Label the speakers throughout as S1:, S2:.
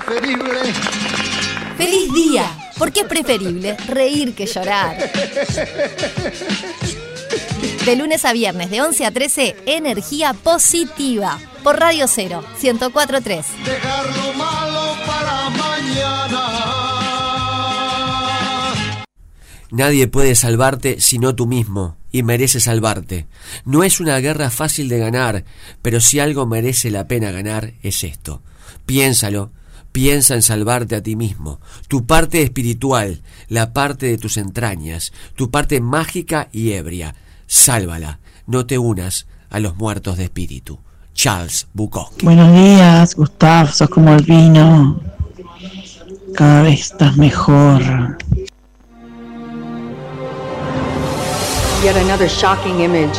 S1: preferible.
S2: ¡Feliz día! Porque es preferible reír que llorar. De lunes a viernes, de 11 a 13, energía positiva. Por Radio Cero, 1043.
S1: Dejar lo malo para mañana.
S3: Nadie puede salvarte sino tú mismo, y merece salvarte. No es una guerra fácil de ganar, pero si algo merece la pena ganar es esto. Piénsalo, piensa en salvarte a ti mismo, tu parte espiritual, la parte de tus entrañas, tu parte mágica y ebria. Sálvala, no te unas a los muertos de espíritu. Charles Bukowski.
S4: Buenos días, Gustav, sos como el vino. Cada vez estás mejor.
S5: Yet another shocking image.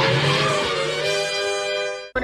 S6: What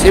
S3: ¿Se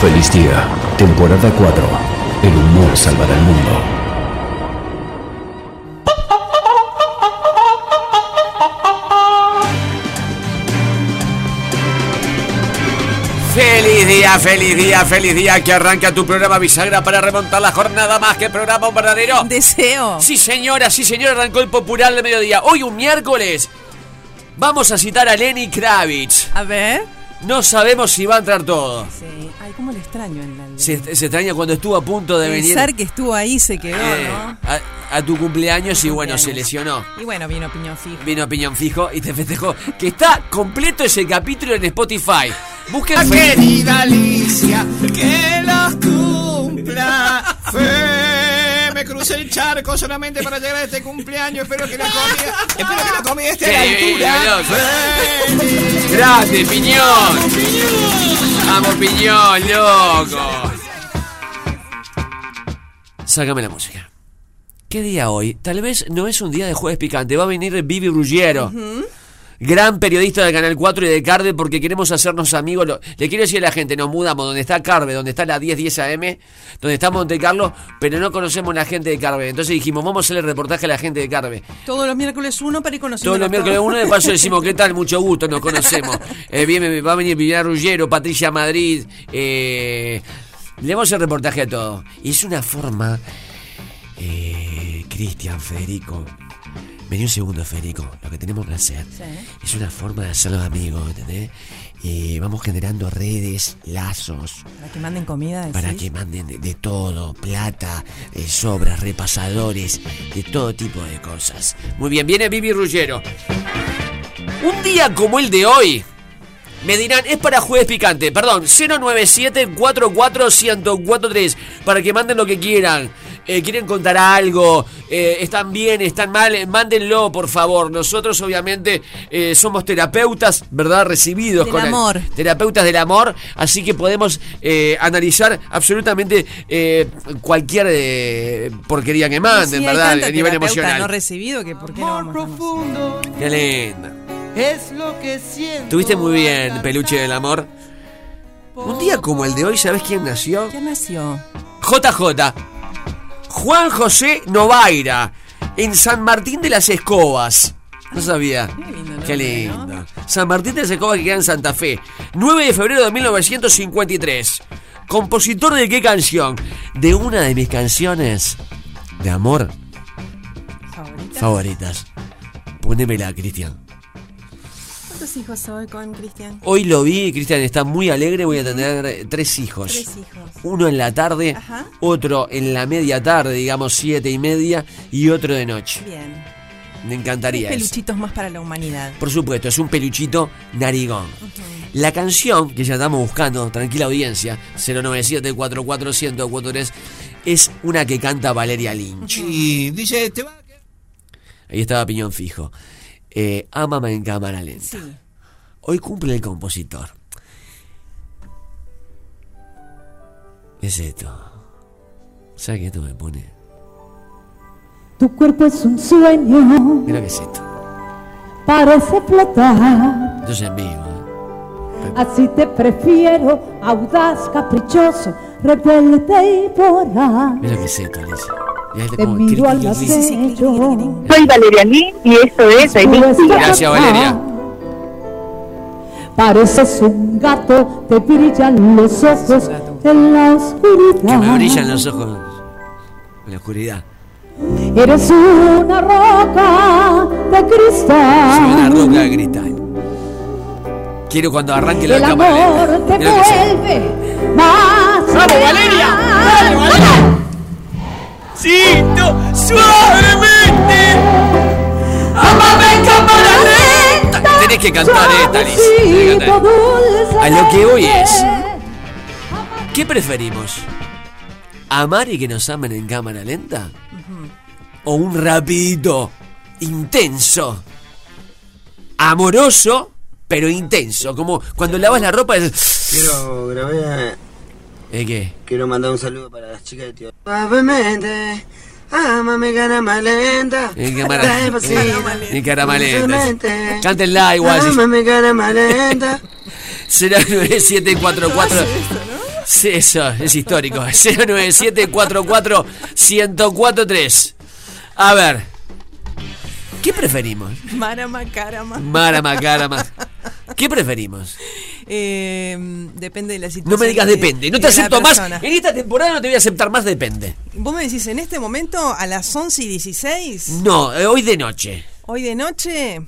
S7: Feliz día, temporada 4. El humor salvará el mundo.
S3: Feliz día, feliz día, feliz día. Que arranca tu programa bisagra para remontar la jornada más que programa un verdadero.
S8: Deseo.
S3: Sí, señora, sí, señora, arrancó el popular de mediodía. Hoy, un miércoles, vamos a citar a Lenny Kravitz.
S8: A ver.
S3: No sabemos si va a entrar todo.
S8: Sí. Ay, cómo le extraño en la
S3: Se, se extraña cuando estuvo a punto de venir
S8: Pensar que estuvo ahí se quedó,
S3: eh,
S8: ¿no?
S3: a, a tu cumpleaños y bueno, se
S8: Cumpleaños.
S3: lesionó.
S8: Y bueno, vino opinión fija.
S3: Vino Piñón Fijo y te festejó que está completo ese capítulo en Spotify. Busquen
S1: Querida Alicia, que los cumpla. Fe, me crucé el charco solamente para llegar a este cumpleaños. Espero que la comida, espero que la comida esté a la
S3: Eh,
S1: altura.
S3: loco. Grande, Piñón. Vamos, Piñón, loco. Sácame la música. ¿Qué día hoy? Tal vez no es un día de jueves picante. Va a venir Vivi Ruggiero. Gran periodista de Canal 4 y de Carve porque queremos hacernos amigos. Lo- Le quiero decir a la gente, nos mudamos donde está Carve, donde está la 1010 AM, donde está Monte Carlo, pero no conocemos la gente de Carve. Entonces dijimos, vamos a hacer el reportaje a la gente de Carve.
S8: Todos los miércoles uno para ir conociendo.
S3: Todos los miércoles uno de paso decimos, ¿qué tal? Mucho gusto, nos conocemos. Eh, bien, va a venir Viviana Ruggiero, Patricia Madrid. eh, leemos el reportaje a todos. Y es una forma... eh, Cristian, Federico. Vení un segundo, Federico. Lo que tenemos que hacer es una forma de hacerlos amigos, ¿entendés? Y vamos generando redes, lazos,
S8: Para que manden comida.
S3: para
S8: decís.
S3: que manden de, de todo, plata, eh, sobras, repasadores, de todo tipo de cosas. Muy bien, viene Vivi Rullero. Un día como el de hoy, Me dirán, es para jueves picante. Perdón, 097 1043 Para que manden lo que quieran. Eh, quieren contar algo, eh, están bien, están mal, eh, mándenlo por favor. Nosotros obviamente eh, somos terapeutas, ¿verdad? Recibidos
S8: Del
S3: con el-
S8: amor.
S3: terapeutas del amor, así que podemos eh, analizar absolutamente eh, cualquier eh, porquería que
S8: Y
S3: manden,
S8: sí, hay
S3: ¿verdad?
S8: tanta
S3: A nivel
S8: terapeuta
S3: emocional.
S8: no recibido que por qué no vamos a conocer?
S3: Qué linda.
S9: Es lo que siento.
S3: Tuviste muy bien, peluche del amor. Un día como el de hoy, ¿sabes quién nació?
S8: ¿Quién nació?
S3: JJ. Juan José Novaira, en San Martín de las Escobas. No sabía. Qué lindo. San Martín de las Escobas que queda en Santa Fe. 9 de febrero de 1953. Compositor de qué canción? De una de mis canciones de amor favoritas. Ponémela, Cristian.
S10: ¿Cuántos hijos soy con Cristian?
S3: Hoy lo vi, Cristian está muy alegre, voy a tener eh, tres hijos.
S10: Tres hijos.
S3: Uno en la tarde, otro en la media tarde, digamos siete y media, y otro de noche.
S8: Bien.
S3: Me encantaría
S8: Tres
S3: eso.
S8: peluchitos más para la humanidad.
S3: Por supuesto, es un peluchito narigón. La canción que ya estamos buscando, tranquila audiencia, 097 44143 es una que canta Valeria Lynch.
S11: Y dice, te va-
S3: Ahí estaba Piñón Fijo. Eh, Ámame en cámara lenta. Hoy cumple el compositor. ¿Qué es esto? ¿Sabes qué esto me pone?
S1: Tu cuerpo es un sueño,
S3: Mira qué es esto.
S1: parece flotar.
S3: Yo soy en vivo. ¿eh?
S1: Así te prefiero, audaz, caprichoso, rebelde y voraz.
S3: Mira qué es esto, Alicia. Mirá este
S1: Te
S3: como
S1: miro
S3: cri,
S1: al
S3: cri, cri.
S1: nacer.
S12: Soy Valeria Lin y esto es Ahí
S3: Gracias, Valeria.
S1: Pareces un gato, te brillan los ojos en la
S3: Que me brillan
S1: oscuridad.
S3: los ojos. En la oscuridad.
S1: Eres una roca de
S3: Soy una
S1: cristal.
S3: roca de cristal. Quiero cuando arranque la
S1: El
S3: cámara.
S1: amor te
S3: Mira lo que sea.
S1: vuelve más.
S3: ¡Vamos, Valeria! ¡Dale, Valeria! ¡Siento suavemente! ¡Amame en cámara lenta! Tenés que cantar, eh, Talis. Tenés que cantar. A lo que hoy es. ¿Qué preferimos? ¿Amar y que nos amen en cámara lenta? ¿O un rapidito, intenso, amoroso, pero intenso? Como cuando lavas la ropa es...
S13: Quiero grabar.
S3: ¿Eh, qué?
S13: Quiero mandar un saludo para las chicas de tío. Suavemente. Ámame, gana más lenta.
S3: En cámara-
S13: Dale pasito.
S3: en cámara lenta.
S13: Suavemente.
S3: Cántenla igual. si-
S13: Ámame, gana más lenta.
S3: 09744 Sí, eso es histórico 09744 1043 A ver ¿Qué preferimos?
S8: Marama, carama.
S3: Mara Macarama ¿Qué preferimos?
S8: Eh, depende de la situación.
S3: No me digas
S8: de-
S3: depende No
S8: de
S3: te
S8: la
S3: acepto más
S8: persona.
S3: En esta temporada no te voy a aceptar más depende
S8: Vos me decís, en este momento, a las 11 y 16,
S3: No, eh, hoy de noche
S8: hoy de noche.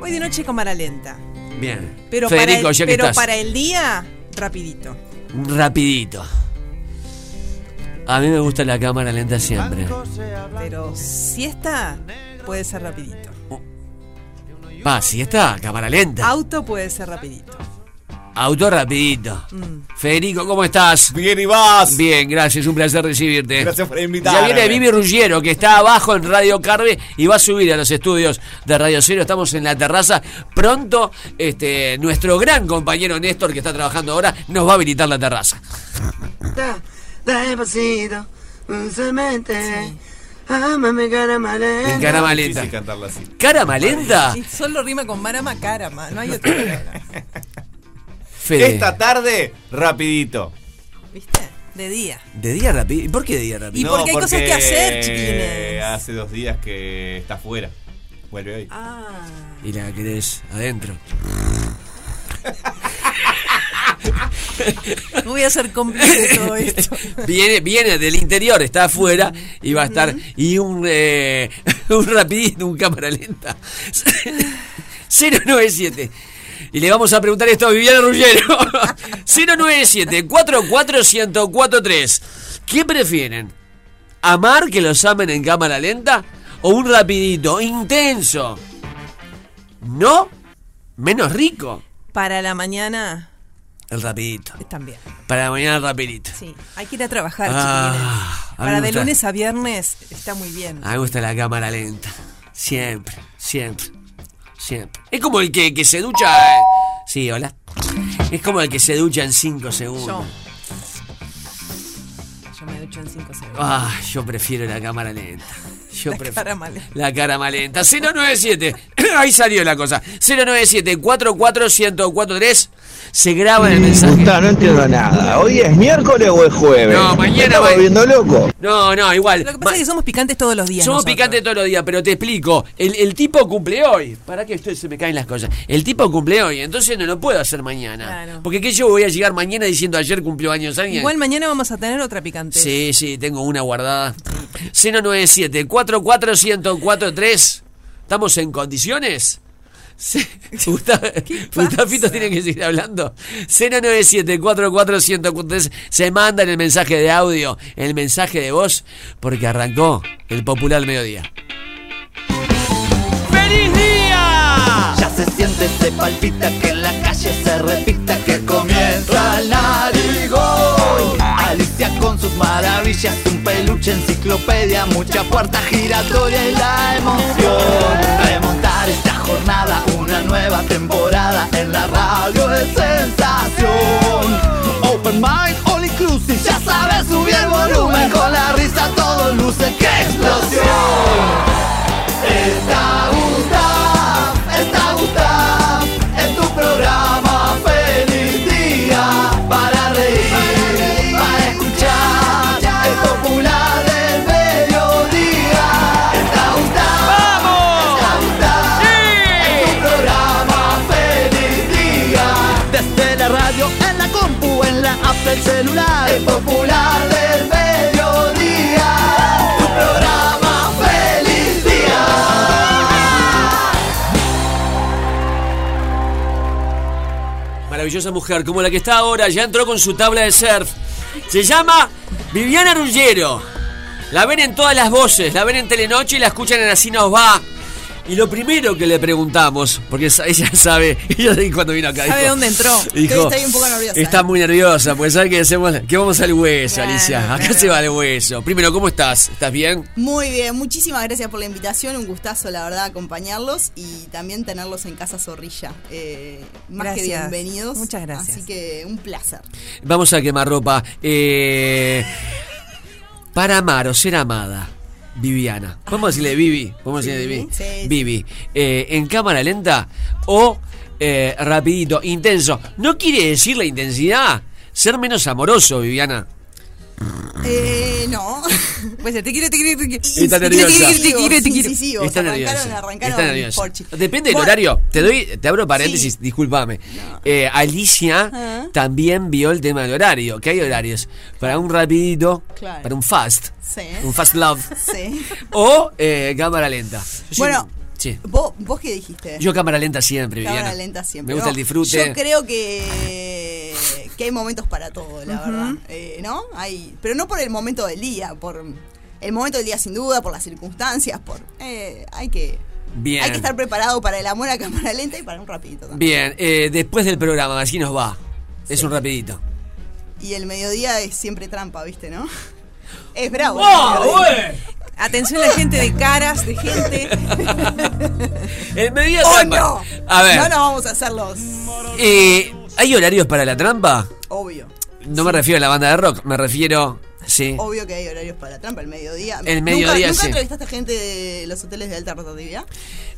S8: Hoy de noche cámara lenta.
S3: Bien
S8: Pero,
S3: Federico,
S8: para, el,
S3: ya que
S8: pero
S3: estás
S8: para el día, rapidito.
S3: Rapidito A mí me gusta la cámara lenta siempre
S8: Pero siesta puede ser rapidito.
S3: Va, si está, cámara lenta
S8: Auto puede ser rapidito.
S3: Auto rapidito
S8: Mm.
S3: Federico, ¿cómo estás? Bien, ¿y vas? Bien, gracias, un placer recibirte.
S14: Gracias por invitarme.
S3: Ya viene Vivi Ruggiero, que está abajo en Radio Carve y va a subir a los estudios de Radio Cero. Estamos en la terraza. Pronto, este, nuestro gran compañero Néstor, que está trabajando ahora, nos va a habilitar la terraza.
S13: Da- Dale pasito. Dulcemente. Ámame, gana más lenta.
S3: En cara malenta. ¿Cara malenta?
S8: Y solo rima con marama, carama. No hay otro. Este.
S3: Fede.
S14: Esta tarde, rapidito.
S8: De día.
S3: ¿De día rápido? ¿Y por qué de día rápido?
S8: Y porque hay cosas que hacer,
S14: chiquines. Hace dos días que está fuera. Vuelve hoy.
S8: Ah.
S3: Y la querés adentro.
S8: Voy a ser cómplice de todo esto.
S3: Viene, viene del interior, está afuera y va a estar. Y un, eh, un rapidito, un cámara lenta. 097. Y le vamos a preguntar esto a Viviana Ruggiero. 097 44143 ¿Qué prefieren? ¿Amar que los amen en cámara lenta? ¿O un rapidito intenso? No Menos rico.
S8: Para la mañana
S3: El rapidito.
S8: también.
S3: Para la mañana el rapidito.
S8: Sí, hay que ir a trabajar,
S3: Ah,
S8: chiquilines.
S3: a mí me
S8: Para de
S3: gusta. Ah,
S8: lunes a viernes está muy bien.
S3: A mí me gusta la cámara lenta. Siempre, siempre, siempre. Es como el que, que se ducha. eh. Sí, hola. Es como el que se ducha en 5 segundos.
S8: Yo. Yo me ducho en 5 segundos.
S3: Ah, yo prefiero la cámara lenta. Yo
S8: La
S3: prefiero.
S8: cara mala.
S3: La cara malenta. 097. Ahí salió la cosa. 097 44143 Se graba en el mensaje.
S15: no entiendo nada. ¿Hoy es miércoles o es jueves?
S3: No, mañana
S15: ¿Me
S3: va-
S15: estás volviendo loco?
S3: No, no, igual.
S8: Lo que pasa es que somos picantes todos los días.
S3: Somos
S8: nosotros.
S3: picantes todos los días, pero te explico. El, el tipo cumple hoy. Para que esto se me caen las cosas. El tipo cumple hoy, entonces no lo puedo hacer mañana.
S8: Claro.
S3: Porque que yo voy a llegar mañana diciendo ayer cumplió años alguien.
S8: Igual mañana vamos a tener otra picante.
S3: Sí, sí, tengo una guardada. 097 44143 ¿Estamos en condiciones? Sí, Gustav- Gustavito tiene que seguir hablando. 097 44143 Se mandan el mensaje de audio, el mensaje de voz, porque arrancó el popular mediodía.
S1: ¡Feliz día! Ya se siente, se palpita, que en la calle se repita, que comienza el narigón. Alicia con sus maravillas, un peluche, enciclopedia, mucha puerta giratoria y la emoción. Remontar esta jornada, una nueva temporada en la radio es sensación. Open mind, all inclusive, ya sabes, subir el volumen, con la risa todo luce, ¡qué explosión! Está Gustav, está Gustav, en tu programa feliz día para reír, para escuchar el popular del mediodía. Está Gustav, vamos, está Gustav, en tu programa feliz día. Desde la radio, en la compu, en la app del celular, el popular del mediodía. Tu programa feliz día.
S3: Maravillosa mujer, como la que está ahora, ya entró con su tabla de surf. Se llama Viviana Rullero. La ven en todas las voces, la ven en Telenoche y la escuchan en Así nos va. Y lo primero que le preguntamos, porque sa- ella sabe, ella de- cuando vino acá
S8: ¿Sabe
S3: dijo-
S8: dónde entró?
S3: dijo,
S8: Estoy- estoy un poco nerviosa, eh.
S3: Está muy nerviosa, pues sabe que hacemos, que vamos al hueso, Alicia. Acá se va al hueso. Primero, ¿cómo estás? ¿Estás bien?
S16: Muy bien, muchísimas gracias por la invitación, un gustazo la verdad acompañarlos y también tenerlos en Casa Zorrilla. Eh, más que
S8: Gracias.
S16: bienvenidos. Muchas gracias. Así que un placer.
S3: Vamos a quemar ropa. Eh, para amar o ser amada, Viviana. Vamos a decirle Vivi. Vamos a decirle Vivi. Vivi, eh, en cámara lenta o eh, rapidito, intenso. No quiere decir la intensidad. Ser menos amoroso, Viviana.
S16: Eh, no.
S8: Pues te quiero, te quiero, te quiero.
S3: Está nerviosa.
S8: Te quiero, te quiero, te quiero.
S16: Sí, sí, sí, vos
S3: Está
S16: arrancaron,
S3: nerviosa.
S16: arrancaron
S3: Está nerviosa.
S16: Porchi.
S3: Depende del
S16: Bueno,
S3: horario. Te doy, te abro paréntesis, discúlpame. Eh, Alicia
S16: Ah.
S3: también vio el tema del horario, que hay horarios. Para un rapidito,
S16: Claro.
S3: para un fast,
S16: Sí.
S3: un fast love.
S16: Sí.
S3: O eh, cámara lenta. Yo-
S16: Bueno.
S3: sí.
S16: ¿Vos, ¿Vos qué dijiste?
S3: Yo cámara lenta siempre,
S16: Cámara
S3: Viviana.
S16: lenta siempre.
S3: Me gusta
S16: No,
S3: el disfrute.
S16: Yo creo que, que hay momentos para todo, la
S8: Ujú.
S16: verdad. Eh, ¿No? Hay, pero no por el momento del día, por el momento del día sin duda, por las circunstancias, por eh, hay que
S3: Bien.
S16: hay que estar preparado para el amor a cámara lenta y para un rapidito también.
S3: Bien, eh, después del programa, así nos va. Es un rapidito.
S16: Y el mediodía es siempre trampa, ¿viste, no? Es
S3: ¡Oh,
S16: bravo.
S8: ¡Wow,
S16: el mediodía.
S8: Atención la gente de caras, de gente.
S3: El mediodía
S16: ¡Oh,
S3: Eh, trampa.
S16: no!
S3: A ver.
S16: No nos vamos a hacer los
S3: Eh, ¿Hay horarios para la trampa?
S16: obvio.
S3: No me refiero a la banda de rock, me refiero. Sí.
S16: Obvio que hay horarios para la trampa, el mediodía.
S3: El
S16: ¿Nunca-
S3: mediodía,
S16: ¿Nunca,
S3: sí.
S16: entrevistaste gente de los hoteles de alta rotatividad?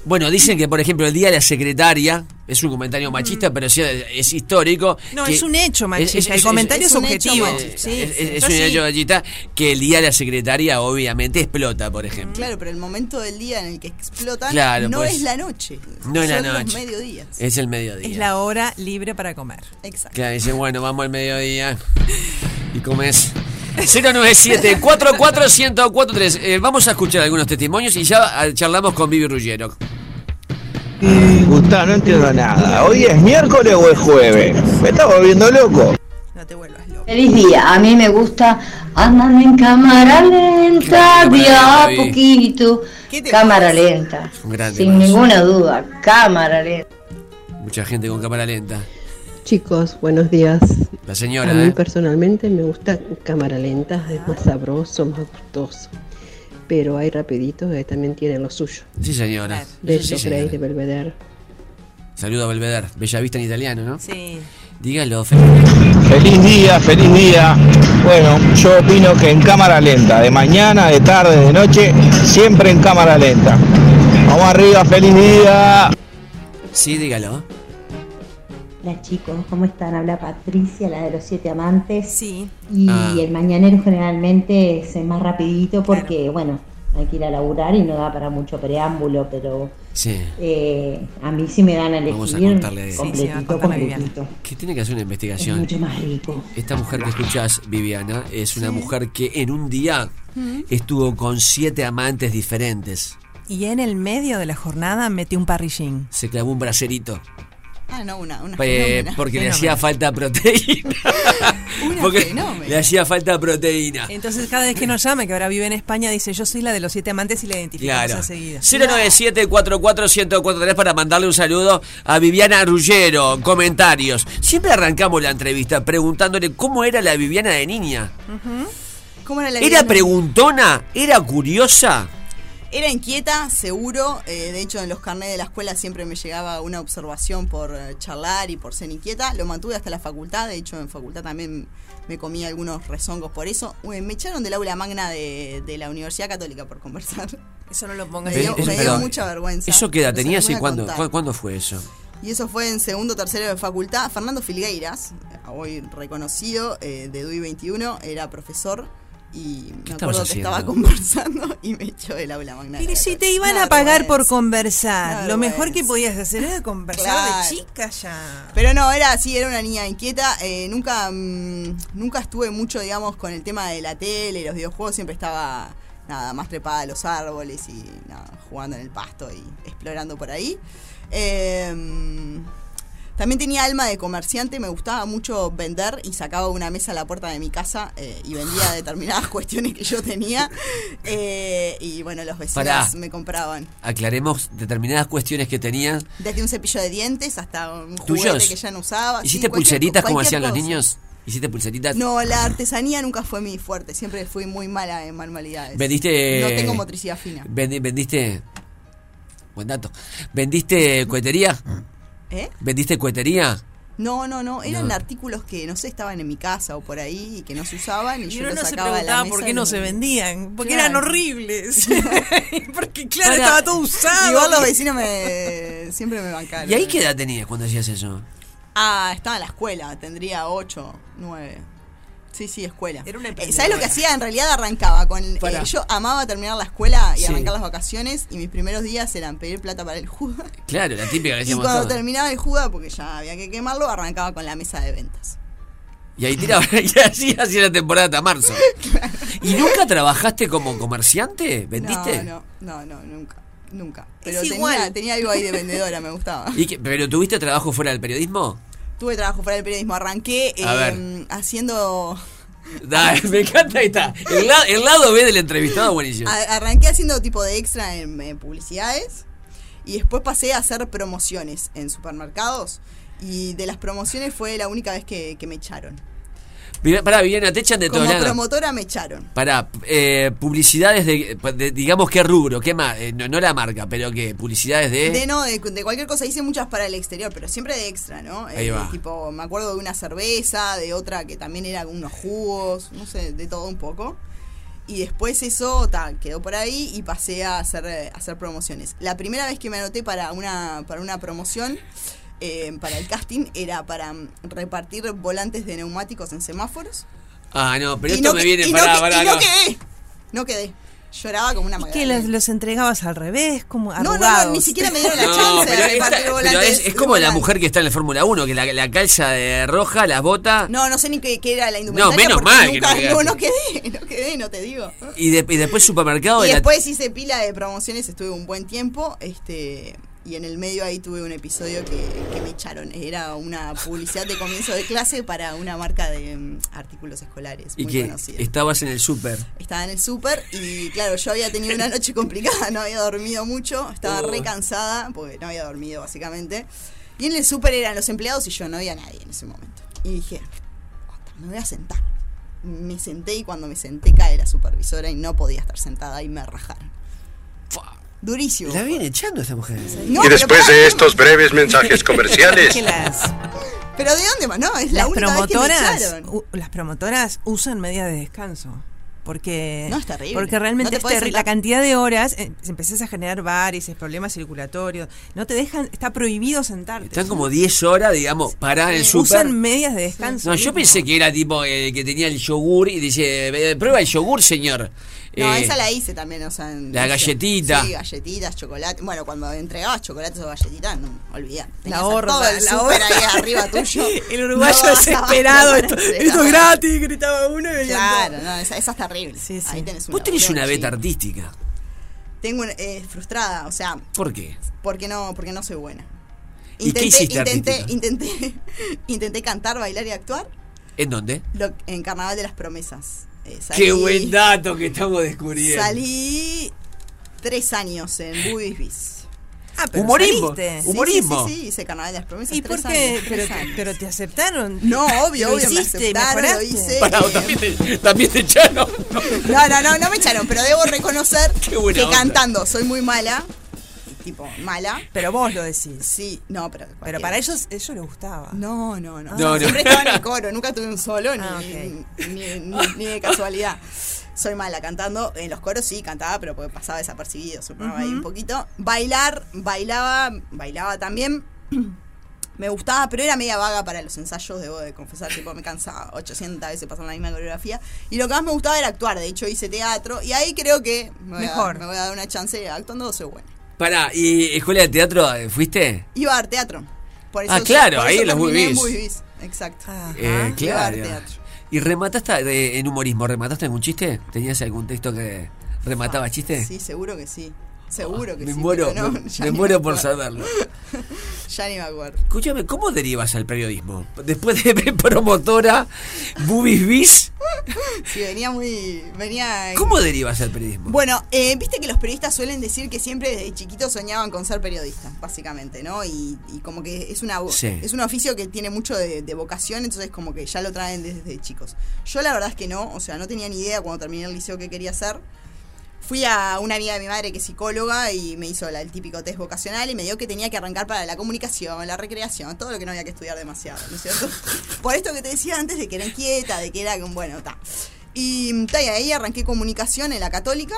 S3: Bueno, dicen que, por ejemplo, el día de la secretaria es un comentario machista, pero sí es histórico.
S8: Mm. No,
S3: que-
S8: es un hecho, machista.
S3: es-
S8: El
S3: es-
S8: comentario
S16: es
S8: es,
S16: un hecho
S8: objetivo.
S16: machista.
S8: Sí,
S3: Es,
S8: sí.
S3: es
S8: Yo
S3: un
S8: sí.
S3: hecho machista que el día de la secretaria, obviamente, explota, por ejemplo.
S16: Claro, pero el momento del día en el que explotan
S3: Mm. Claro,
S16: no
S3: pues.
S16: es la noche.
S3: No es la
S16: son
S3: noche.
S16: los mediodías.
S3: Es el mediodía.
S8: Es la hora libre para comer.
S16: Exacto.
S3: Claro, dice, bueno, vamos al mediodía. ¿Y comes? 097 44143 Eh, Vamos a escuchar algunos testimonios y ya ah, charlamos con Vivi Ruggiero.
S15: Gustav, no entiendo nada. ¿Hoy es miércoles o es jueves? ¿Me estás volviendo loco?
S2: Feliz día, a mí me gusta andan en cámara lenta, de a
S3: Gaby.
S2: poquito, cámara lenta,
S3: Un grande.
S2: sin ninguna duda, cámara lenta.
S3: Mucha gente con cámara lenta.
S17: Chicos, buenos días.
S3: La señora,
S17: A mí
S3: ¿eh?
S17: personalmente me gusta cámara lenta, es más sabroso, más gustoso. Pero hay rapiditos que también tienen lo suyo.
S3: Sí, señora. Sí,
S17: Besos,
S3: señora.
S17: Grace de Belvedere.
S3: Saludo a Belvedere. Bellavista en italiano, ¿no?
S8: Sí.
S3: Dígalo, Felipe.
S15: Feliz día, feliz día. Bueno, yo opino que en cámara lenta, de mañana, de tarde, de noche, siempre en cámara lenta. Vamos arriba, feliz día.
S3: Sí, dígalo.
S18: Hola chicos, ¿cómo están? Habla Patricia, la de los siete amantes.
S8: Sí.
S18: Y
S3: Ah.
S18: el mañanero generalmente es más rapidito porque, bueno, hay que ir a laburar y no da para mucho preámbulo, pero
S3: Sí.
S18: eh, a mí sí me dan a elegir
S3: Vamos a contarle.
S18: completito, completito.
S3: Que tiene que hacer una investigación.
S18: Es mucho más rico.
S3: Esta mujer que escuchás, Viviana, es una mujer que en un día estuvo con siete amantes diferentes.
S8: Y en el medio de la jornada metí un parrillín.
S3: Se clavó un bracerito.
S16: Ah, no, una, una
S3: eh,
S16: fenómena.
S3: porque le hacía falta proteína. porque le hacía falta proteína.
S8: Entonces cada vez que nos llame, que ahora vive en España, dice yo soy la de los siete amantes y la identificamos
S3: Claro.
S8: enseguida.
S3: 097-44143 para mandarle un saludo a Viviana Rullero. Comentarios. Siempre arrancamos la entrevista preguntándole cómo era la Viviana de niña.
S16: ¿Cómo era la
S3: ¿Era
S16: vida?
S3: preguntona? ¿Era curiosa?
S16: Era inquieta, seguro. eh, de hecho, en los carnés de la escuela siempre me llegaba una observación por eh, charlar y por ser inquieta. Lo mantuve hasta la facultad. De hecho, en facultad también me comí algunos rezongos por eso. Uy, Me echaron del aula magna de, de la Universidad Católica por conversar.
S8: Eso no lo pongas
S16: Me
S3: Pero-
S16: dio, me dio
S3: perdón,
S16: mucha vergüenza.
S3: ¿Eso qué edad
S16: No se lo
S3: tenías
S16: voy
S3: y
S16: a
S3: cuándo,
S16: contar.
S3: cu- cuándo fue eso?
S16: Y eso fue en segundo, tercero de facultad. Fernando Filgueiras, hoy reconocido, eh, de DUI 21, era profesor y me
S3: estabas
S16: acuerdo que
S3: haciendo?
S16: estaba conversando y me echó del aula magna.
S8: Pero si te iban a pagar
S16: pues.
S8: por conversar, lo mejor que podías hacer era conversar
S16: Claro.
S8: de chica ya.
S16: Pero no, era así, era una niña inquieta. eh, nunca, mm, nunca estuve mucho, digamos, con el tema de la tele y los videojuegos. Siempre estaba, nada, más trepada a los árboles y nada, jugando en el pasto y explorando por ahí. Eh, también tenía alma de comerciante, me gustaba mucho vender y sacaba una mesa a la puerta de mi casa eh, y vendía determinadas cuestiones que yo tenía. Eh, y bueno, los vecinos
S3: Pará.
S16: me compraban.
S3: Aclaremos determinadas cuestiones que tenías.
S16: Desde un cepillo de dientes hasta un
S3: ¿Tuyos?
S16: juguete que ya no usaba. Ah, sí,
S3: ¿Hiciste
S16: cualquier-
S3: pulseritas como
S16: cualquier
S3: hacían los
S16: cosa.
S3: niños? ¿Hiciste pulseritas?
S16: No, la artesanía nunca fue mi fuerte. Siempre fui muy mala en manualidades.
S3: ¿Vendiste?
S16: No tengo motricidad fina.
S3: Vendi- ¿Vendiste? Buen dato. ¿Vendiste cohetería?
S16: ¿Eh?
S3: ¿Vendiste cohetería?
S16: No, no, no. Eran
S3: No.
S16: artículos que no sé, estaban en mi casa o por ahí y que no se usaban y,
S8: Y
S16: yo
S8: uno
S16: los
S8: no se
S16: sacaba de la
S8: preguntaba
S16: mesa
S8: por qué
S16: y
S8: no
S16: los
S8: se
S16: vendía.
S8: vendían, porque
S16: Claro.
S8: eran horribles. porque claro,
S16: Para-
S8: estaba todo usado.
S16: Igual los vecinos me, siempre me bancaron.
S3: ¿Y ahí qué edad tenías cuando hacías eso?
S16: Ah, estaba en la escuela. Tendría 8, 9. Sí, sí, escuela. Eh, ¿Sabes lo
S8: emprendedora.
S16: que hacía? En realidad arrancaba con... eh,
S8: Pará.
S16: yo amaba terminar la escuela y
S3: Sí.
S16: arrancar las vacaciones y mis primeros días eran pedir plata para el jugo.
S3: Claro, la típica que
S16: Y
S3: hacíamos
S16: cuando
S3: todos.
S16: terminaba el juda, porque ya había que quemarlo, arrancaba con la mesa de ventas.
S3: Y ahí tiraba, y así hacía la temporada hasta marzo. ¿Y nunca trabajaste como comerciante? ¿Vendiste?
S16: No, no, no, no, nunca. Nunca.
S8: Es
S16: Pero tenía,
S8: igual.
S16: tenía algo ahí de vendedora, me gustaba.
S3: ¿Y qué- ¿Pero tuviste trabajo fuera del periodismo?
S16: Tuve trabajo fuera del periodismo. Arranqué
S3: A ver.
S16: em, haciendo.
S3: Da, me encanta, ahí está. El, la- el lado B del entrevistado, buenísimo.
S16: a- arranqué haciendo tipo de extra en, eh, publicidades. Y después pasé a hacer promociones en supermercados. Y de las promociones fue la única vez que, que me echaron.
S3: Vivi- Pará, Viviana, te echan de
S16: Como
S3: todos lados.
S16: promotora me echaron.
S3: Para eh, publicidades de, de- digamos qué rubro, qué más, Eh, no, no la marca, pero que publicidades de,
S16: De no, de, de cualquier cosa. Hice muchas para el exterior, pero siempre de extra, ¿no? Eh,
S3: Ahí va.
S16: Tipo, me acuerdo de una cerveza, de otra que también era unos jugos, no sé, de todo un poco. Y después eso ta, quedó por ahí y pasé a hacer, eh, a hacer promociones. La primera vez que me anoté para una, para una promoción, eh, para el casting, era para mm, repartir volantes de neumáticos en semáforos.
S3: Ah, no, pero
S16: Y
S3: esto
S16: no
S3: me
S16: que-
S3: viene
S16: y no
S3: para,
S16: que-
S3: para
S16: y no quedé. No quedé. Lloraba como una
S8: Y que los, los entregabas al revés, como
S16: no,
S8: arrugados.
S16: no, ni siquiera me dieron la
S3: No, pero,
S16: chance de repartir
S3: esta- pero
S16: volantes.
S3: es, es como la mujer que está en la Fórmula 1, que la, la calza de roja, las botas,
S16: No, no sé ni qué, qué era la indumentaria.
S3: menos
S16: porque
S3: mal que
S16: nunca-
S3: no quedaste.
S16: no, no quedé, no quedé, no te digo.
S3: y, de- y después supermercado
S16: Y
S3: de la-
S16: después hice pila de promociones, estuve un buen tiempo, este y en el medio ahí tuve un episodio que, que me echaron. Era una publicidad de comienzo de clase para una marca de mm, artículos escolares
S3: y
S16: muy
S3: que
S16: conocida.
S3: estabas en el súper.
S16: Estaba en el súper y claro, yo había tenido una
S8: Oh.
S16: noche complicada, no había dormido mucho, estaba re cansada, porque no había dormido básicamente. Y en el súper eran los empleados y yo no había nadie en ese momento. Y dije, "Puta, me voy a sentar. Me senté y cuando me senté cae la supervisora y no podía estar sentada y me rajaron. Durísimo.
S3: La viene echando esta mujer.
S16: No,
S19: y
S16: pero
S19: después
S16: pará,
S19: de estos breves mensajes comerciales,
S16: Pero ¿de dónde más? No, es la
S8: las
S16: única vez que me
S8: promotoras,
S16: echaron.
S8: u- las promotoras usan medidas de descanso. Porque,
S16: No, es terrible.
S8: porque realmente
S16: No te
S8: es
S16: podés
S8: terrible.
S16: sentar.
S8: La cantidad de horas, eh, empezás a generar varices, problemas circulatorios. No te dejan, está prohibido sentarte.
S3: Están como 10 horas, digamos, paradas en el súper.
S8: Usan medidas de descanso.
S3: No, yo pensé que era tipo el que tenía el yogur y dice, "Eh, prueba el yogur, señor.
S16: No,
S3: Eh,
S16: esa la hice también, o sea. en-
S3: la galletita.
S16: Sí, galletitas, chocolate. Bueno, cuando entregabas chocolates o galletitas, no, olvidá. Tenías
S8: La
S16: a
S8: horda,
S16: todo el
S8: la
S16: súper
S8: horda.
S16: ahí arriba tuyo.
S8: El uruguayo desesperado, esto- esto es gratis, gritaba uno y venía
S16: Claro,
S8: otro.
S16: no, esa, esa es terrible. Ahí tenés una.
S3: Vos tenés
S16: bronca.
S3: una beta artística.
S16: Tengo una, eh, frustrada, o sea,
S3: ¿Por qué?
S16: porque no, porque no soy buena.
S3: ¿Y qué hiciste
S16: intenté,
S3: artística?
S16: intenté, intenté cantar, bailar y actuar
S3: ¿En dónde?
S16: lo- en Carnaval de las Promesas. Eh,
S3: Qué
S16: salí-
S3: buen dato que estamos descubriendo.
S16: Salí tres años en Budis Bis.
S8: Ah,
S3: pero Humorismo, saliste.
S16: Sí,
S3: humorismo.
S16: Sí, sí, sí, hice Carnaval de las Promesas.
S8: ¿Y por
S16: tres
S8: qué?
S16: años,
S8: Pero,
S16: tres años.
S8: pero te aceptaron.
S16: No, obvio,
S8: Lo
S16: obvio, me
S8: hiciste,
S16: aceptaron, lo
S8: mejoraste.
S16: hice.
S3: Pará, vos también te, también te echaron.
S16: No, no, no, no me echaron, pero debo reconocer que
S3: buena onda.
S16: cantando soy muy mala. Tipo, mala.
S8: Pero vos lo decís.
S16: Sí, no, pero.
S8: Pero para ellos, ellos les gustaba.
S16: No, no, no.
S8: No, Ah, no.
S16: Siempre estaba en el coro, nunca tuve un solo, ni, ni- ni- ni de casualidad. Soy mala cantando. En los coros sí cantaba, pero porque pasaba desapercibido, soplaba ahí un
S8: Ujú.
S16: poquito. Bailar, bailaba, bailaba también. Me gustaba, pero era media vaga para los ensayos, debo de confesar, tipo me cansaba 800 veces pasar la misma coreografía. Y lo que más me gustaba era actuar, de hecho hice teatro y ahí creo que me voy a-
S8: Mejor.
S16: me voy a dar una chance actuando, soy buena.
S3: Pará, ¿y escuela de teatro eh, fuiste?
S16: Iba a dar teatro. Por
S3: Ah, claro,
S16: por
S3: ahí en los
S16: terminé en
S3: Budis.
S16: Budis, Exacto.
S3: Eh,
S16: Iba a dar
S3: claro.
S16: teatro.
S3: ¿Y remataste eh, en humorismo? ¿Remataste algún chiste? ¿Tenías algún texto que remataba chistes?
S16: Ah, Sí, seguro que sí. Seguro que
S3: Eh. me
S16: sí.
S3: muero,
S16: pero no,
S3: me,
S16: ya
S3: me
S16: ni
S3: muero
S16: me
S3: por
S16: acuerdo.
S3: saberlo.
S16: Ya ni me acuerdo.
S3: Escúchame, ¿cómo derivas al periodismo? Después de promotora, Bubis Bis,
S16: Sí, venía muy. Venía.
S3: ¿cómo derivas al periodismo?
S16: Bueno, eh, viste que los periodistas suelen decir que siempre desde chiquitos soñaban con ser periodistas, básicamente, ¿no? Y, y como que es una
S3: Sí.
S16: es un oficio que tiene mucho de, de vocación, entonces como que ya lo traen desde chicos. Yo la verdad es que no, o sea, no tenía ni idea cuando terminé el liceo qué quería hacer. Fui a una amiga de mi madre que es psicóloga y me hizo la- el típico test vocacional y me dio que tenía que arrancar para la comunicación, la recreación, todo lo que no había que estudiar demasiado, ¿no es cierto? Por esto que te decía antes de que era inquieta, de que era, bueno, ta. Y, ta, y ahí arranqué comunicación en la católica.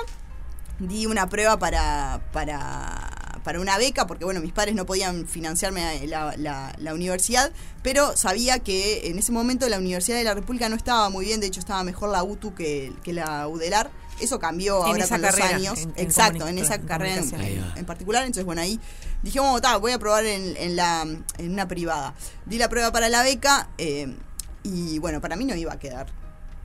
S16: Di una prueba para, para, para una beca, porque bueno, mis padres no podían financiarme eh, la, la- la universidad, pero sabía que en ese momento la Universidad de la República no estaba muy bien, de hecho estaba mejor la UTU que, que la UDELAR. Eso cambió
S8: En
S16: ahora
S8: esa
S16: con
S8: carrera,
S16: los años.
S8: en- en
S16: Exacto, en
S8: comunica-
S16: esa
S8: en
S16: carrera en,
S8: comunicación.
S16: en particular. Entonces, bueno, ahí dije, bueno, ta, voy a probar en, en la, en una privada. Di la prueba para la beca eh, y bueno, para mí no iba a quedar.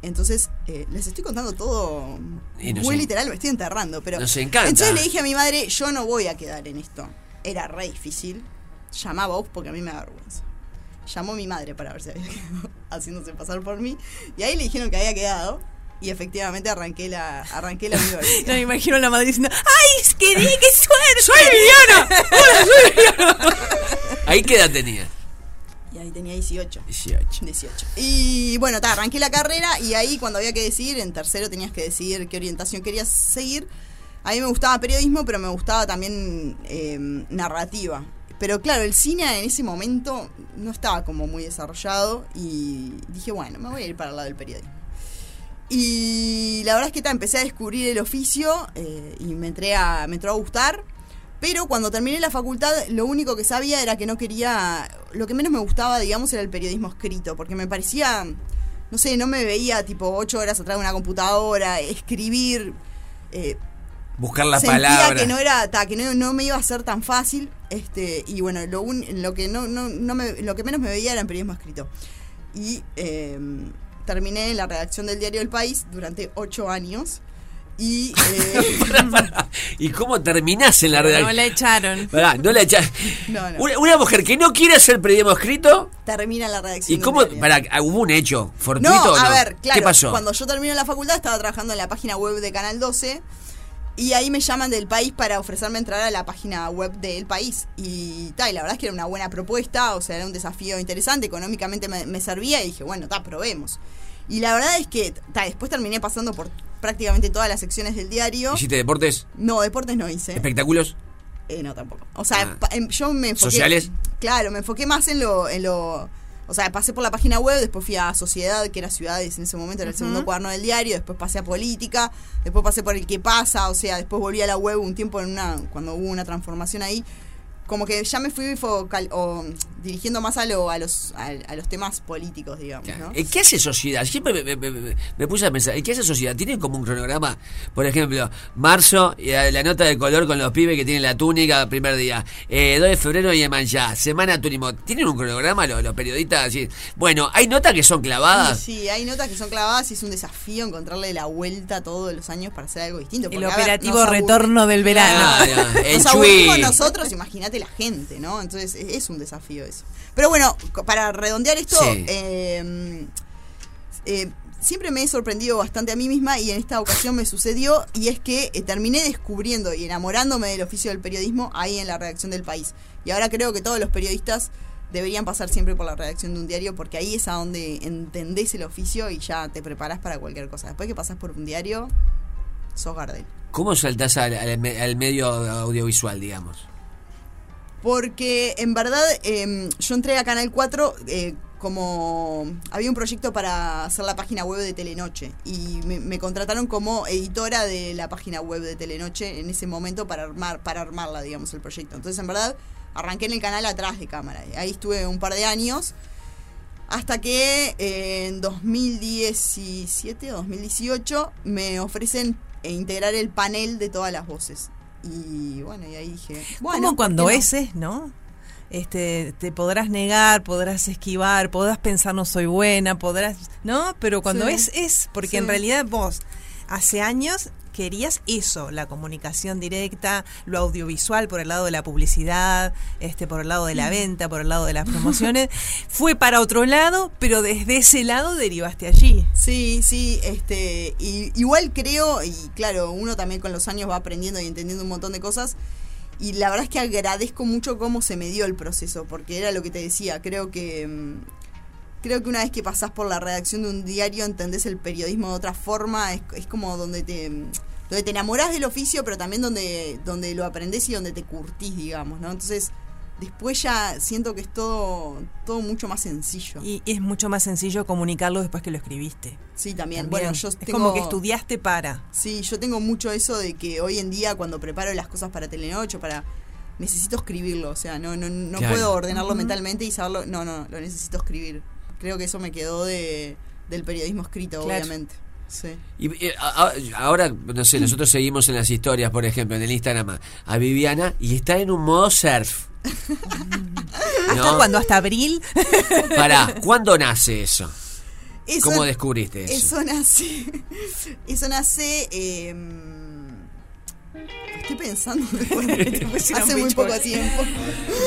S16: Entonces, eh, les estoy contando todo
S3: Y nos
S16: muy
S3: en-
S16: literal, me estoy enterrando, pero...
S3: Nos encanta.
S16: Entonces le dije a mi madre, yo no voy a quedar en esto. Era re difícil. Llamaba a vos porque a mí me da vergüenza. Llamó mi madre para ver si había quedado, haciéndose pasar por mí. Y ahí le dijeron que había quedado. Y efectivamente arranqué la, arranqué la universidad.
S8: No, me imagino a la madre diciendo, ¡ay, es que di, qué suerte!
S3: ¡Soy Liliana! ¿Ahí qué edad tenía?
S16: Y ahí tenía 18.
S3: 18.
S16: 18. Y bueno, ta, arranqué la carrera y ahí cuando había que decidir, en tercero tenías que decidir qué orientación querías seguir. A mí me gustaba periodismo, pero me gustaba también eh, narrativa. Pero claro, el cine en ese momento no estaba como muy desarrollado y dije, bueno, me voy a ir para el lado del periodismo. Y la verdad es que ta, empecé a descubrir el oficio eh, y me, entré a, me entró a gustar. Pero cuando terminé la facultad, lo único que sabía era que no quería. Lo que menos me gustaba, digamos, era el periodismo escrito, porque me parecía. No sé, no me veía tipo ocho horas atrás de una computadora, escribir. eh,
S3: Buscar la
S16: sentía
S3: palabra.
S16: que no era ta, que no, no me iba a ser tan fácil este y bueno lo un- lo que no, no, no me- lo que menos me veía era en periodismo escrito y eh, terminé en la redacción del diario El País durante ocho años y eh,
S3: ¿Y cómo terminás en la redacción?
S16: No la echaron.
S3: Pará, no la echaron.
S16: no, no,
S3: Una, una mujer que no quiere hacer periodismo escrito.
S16: termina la redacción
S3: ¿Y
S16: del
S3: cómo?
S16: diario.
S3: Pará, ¿hubo un hecho fortuito
S16: no,
S3: o no?
S16: a ver, claro,
S3: ¿Qué pasó?
S16: cuando yo terminé la facultad estaba trabajando en la página web de Canal 12 Y ahí me llaman del país para ofrecerme entrar a la página web del país. Y, ta, y la verdad es que era una buena propuesta, o sea, era un desafío interesante, económicamente me, me servía y dije, bueno, ta, probemos. Y la verdad es que ta, después terminé pasando por prácticamente todas las secciones del diario.
S3: ¿Hiciste deportes?
S16: No, deportes no hice.
S3: ¿Espectáculos?
S16: Eh, no, tampoco. O sea, pa- em- yo me enfoqué.
S3: Ah. ¿Sociales?
S16: Claro, me enfoqué más en lo, en lo. O sea, pasé por la página web, después fui a Sociedad, que era Ciudades en ese momento, era el
S8: Ujú.
S16: segundo cuaderno del diario, después pasé a Política, después pasé por el que pasa, o sea, después volví a la web un tiempo en una, cuando hubo una transformación ahí. Como que ya me fui focal- o, mm, dirigiendo más a, lo, a, los, a, a los temas políticos, digamos, ¿no?
S3: Eh, ¿Qué hace sociedad? Siempre me, me- me- me- me puse a pensar, ¿eh, ¿qué hace sociedad? ¿Tienen como un cronograma? Por ejemplo, marzo, y la la nota de color con los pibes que tienen la túnica, primer día. Eh, 2 de febrero y en ya. Semana turismo. ¿Tienen un cronograma los, los periodistas? Así, Bueno, hay notas que son clavadas.
S16: Sí, sí, hay notas que son clavadas y es un desafío encontrarle la vuelta todos los años para hacer algo distinto.
S8: El
S16: porque, a ver,
S8: operativo
S16: nos aburre-
S8: retorno del verano.
S3: Claro, el
S16: nos aburrimos
S3: chui.
S16: nosotros, imagínate la gente, ¿no? Entonces e-, es, es un desafío eso. Pero bueno, co- para redondear esto,
S3: Sí.
S16: eh, eh, siempre me he sorprendido bastante a mí misma y en esta ocasión me sucedió y es que eh, terminé descubriendo y enamorándome del oficio del periodismo ahí en la redacción del país. Y ahora creo que todos los periodistas deberían pasar siempre por la redacción de un diario porque ahí es a donde entendés el oficio y ya te preparás para cualquier cosa. Después que pasás por un diario, sos Gardel.
S3: ¿Cómo saltás al, al me- al medio audiovisual, digamos?
S16: Porque en verdad eh, yo entré a Canal 4 eh, como había un proyecto para hacer la página web de Telenoche y me, me contrataron como editora de la página web de Telenoche en ese momento para armar para armarla, digamos, el proyecto. Entonces en verdad arranqué en el canal atrás de cámara. Ahí estuve un par de años hasta que eh, en 2017 o 2018 me ofrecen eh, integrar el panel de todas las voces. Y bueno, y ahí dije, bueno,
S8: Como cuando
S16: ¿por qué no?
S8: ese, ¿no? Este, te podrás negar, podrás esquivar, podrás pensar no soy buena, podrás, ¿no? Pero cuando
S10: Sí.
S8: es es, porque
S10: Sí.
S8: en realidad vos hace años querías eso, la comunicación directa, lo audiovisual por el lado de la publicidad, este por el lado de la venta, por el lado de las promociones, fue para otro lado, pero desde ese lado derivaste allí.
S16: Sí, sí, este, y, igual creo, y claro, uno también con los años va aprendiendo y entendiendo un montón de cosas, y la verdad es que agradezco mucho cómo se me dio el proceso, porque era lo que te decía, creo que mm, creo que una vez que pasás por la redacción de un diario entendés el periodismo de otra forma, es, es como donde te mm, donde te enamorás del oficio, pero también donde donde lo aprendés y donde te curtís, digamos, ¿no? Entonces, después ya siento que es todo todo mucho más sencillo.
S8: Y es mucho más sencillo comunicarlo después que lo escribiste.
S16: Sí, también.
S8: También.
S16: Bueno, yo
S8: Es
S16: tengo-
S8: como que estudiaste para.
S16: Sí, yo tengo mucho eso de que hoy en día cuando preparo las cosas para Telenoche, para necesito escribirlo, o sea, no no, no
S8: Claro.
S16: puedo ordenarlo
S8: Ujú.
S16: mentalmente y saberlo, no, no, lo necesito escribir. Creo que eso me quedó de del periodismo escrito,
S8: Claro.
S16: obviamente. Sí.
S3: Y, eh, a- a- ahora, no sé, nosotros seguimos en las historias, por ejemplo, en el Instagram, a Viviana y está en un modo surf.
S16: Ah.
S8: Hasta cuando hasta abril.
S3: Pará, ¿cuándo nace eso?
S16: Eso-
S3: ¿Cómo descubriste eso?
S16: Eso nace. Eso nace. eh, estoy pensando. hace muy poco tiempo.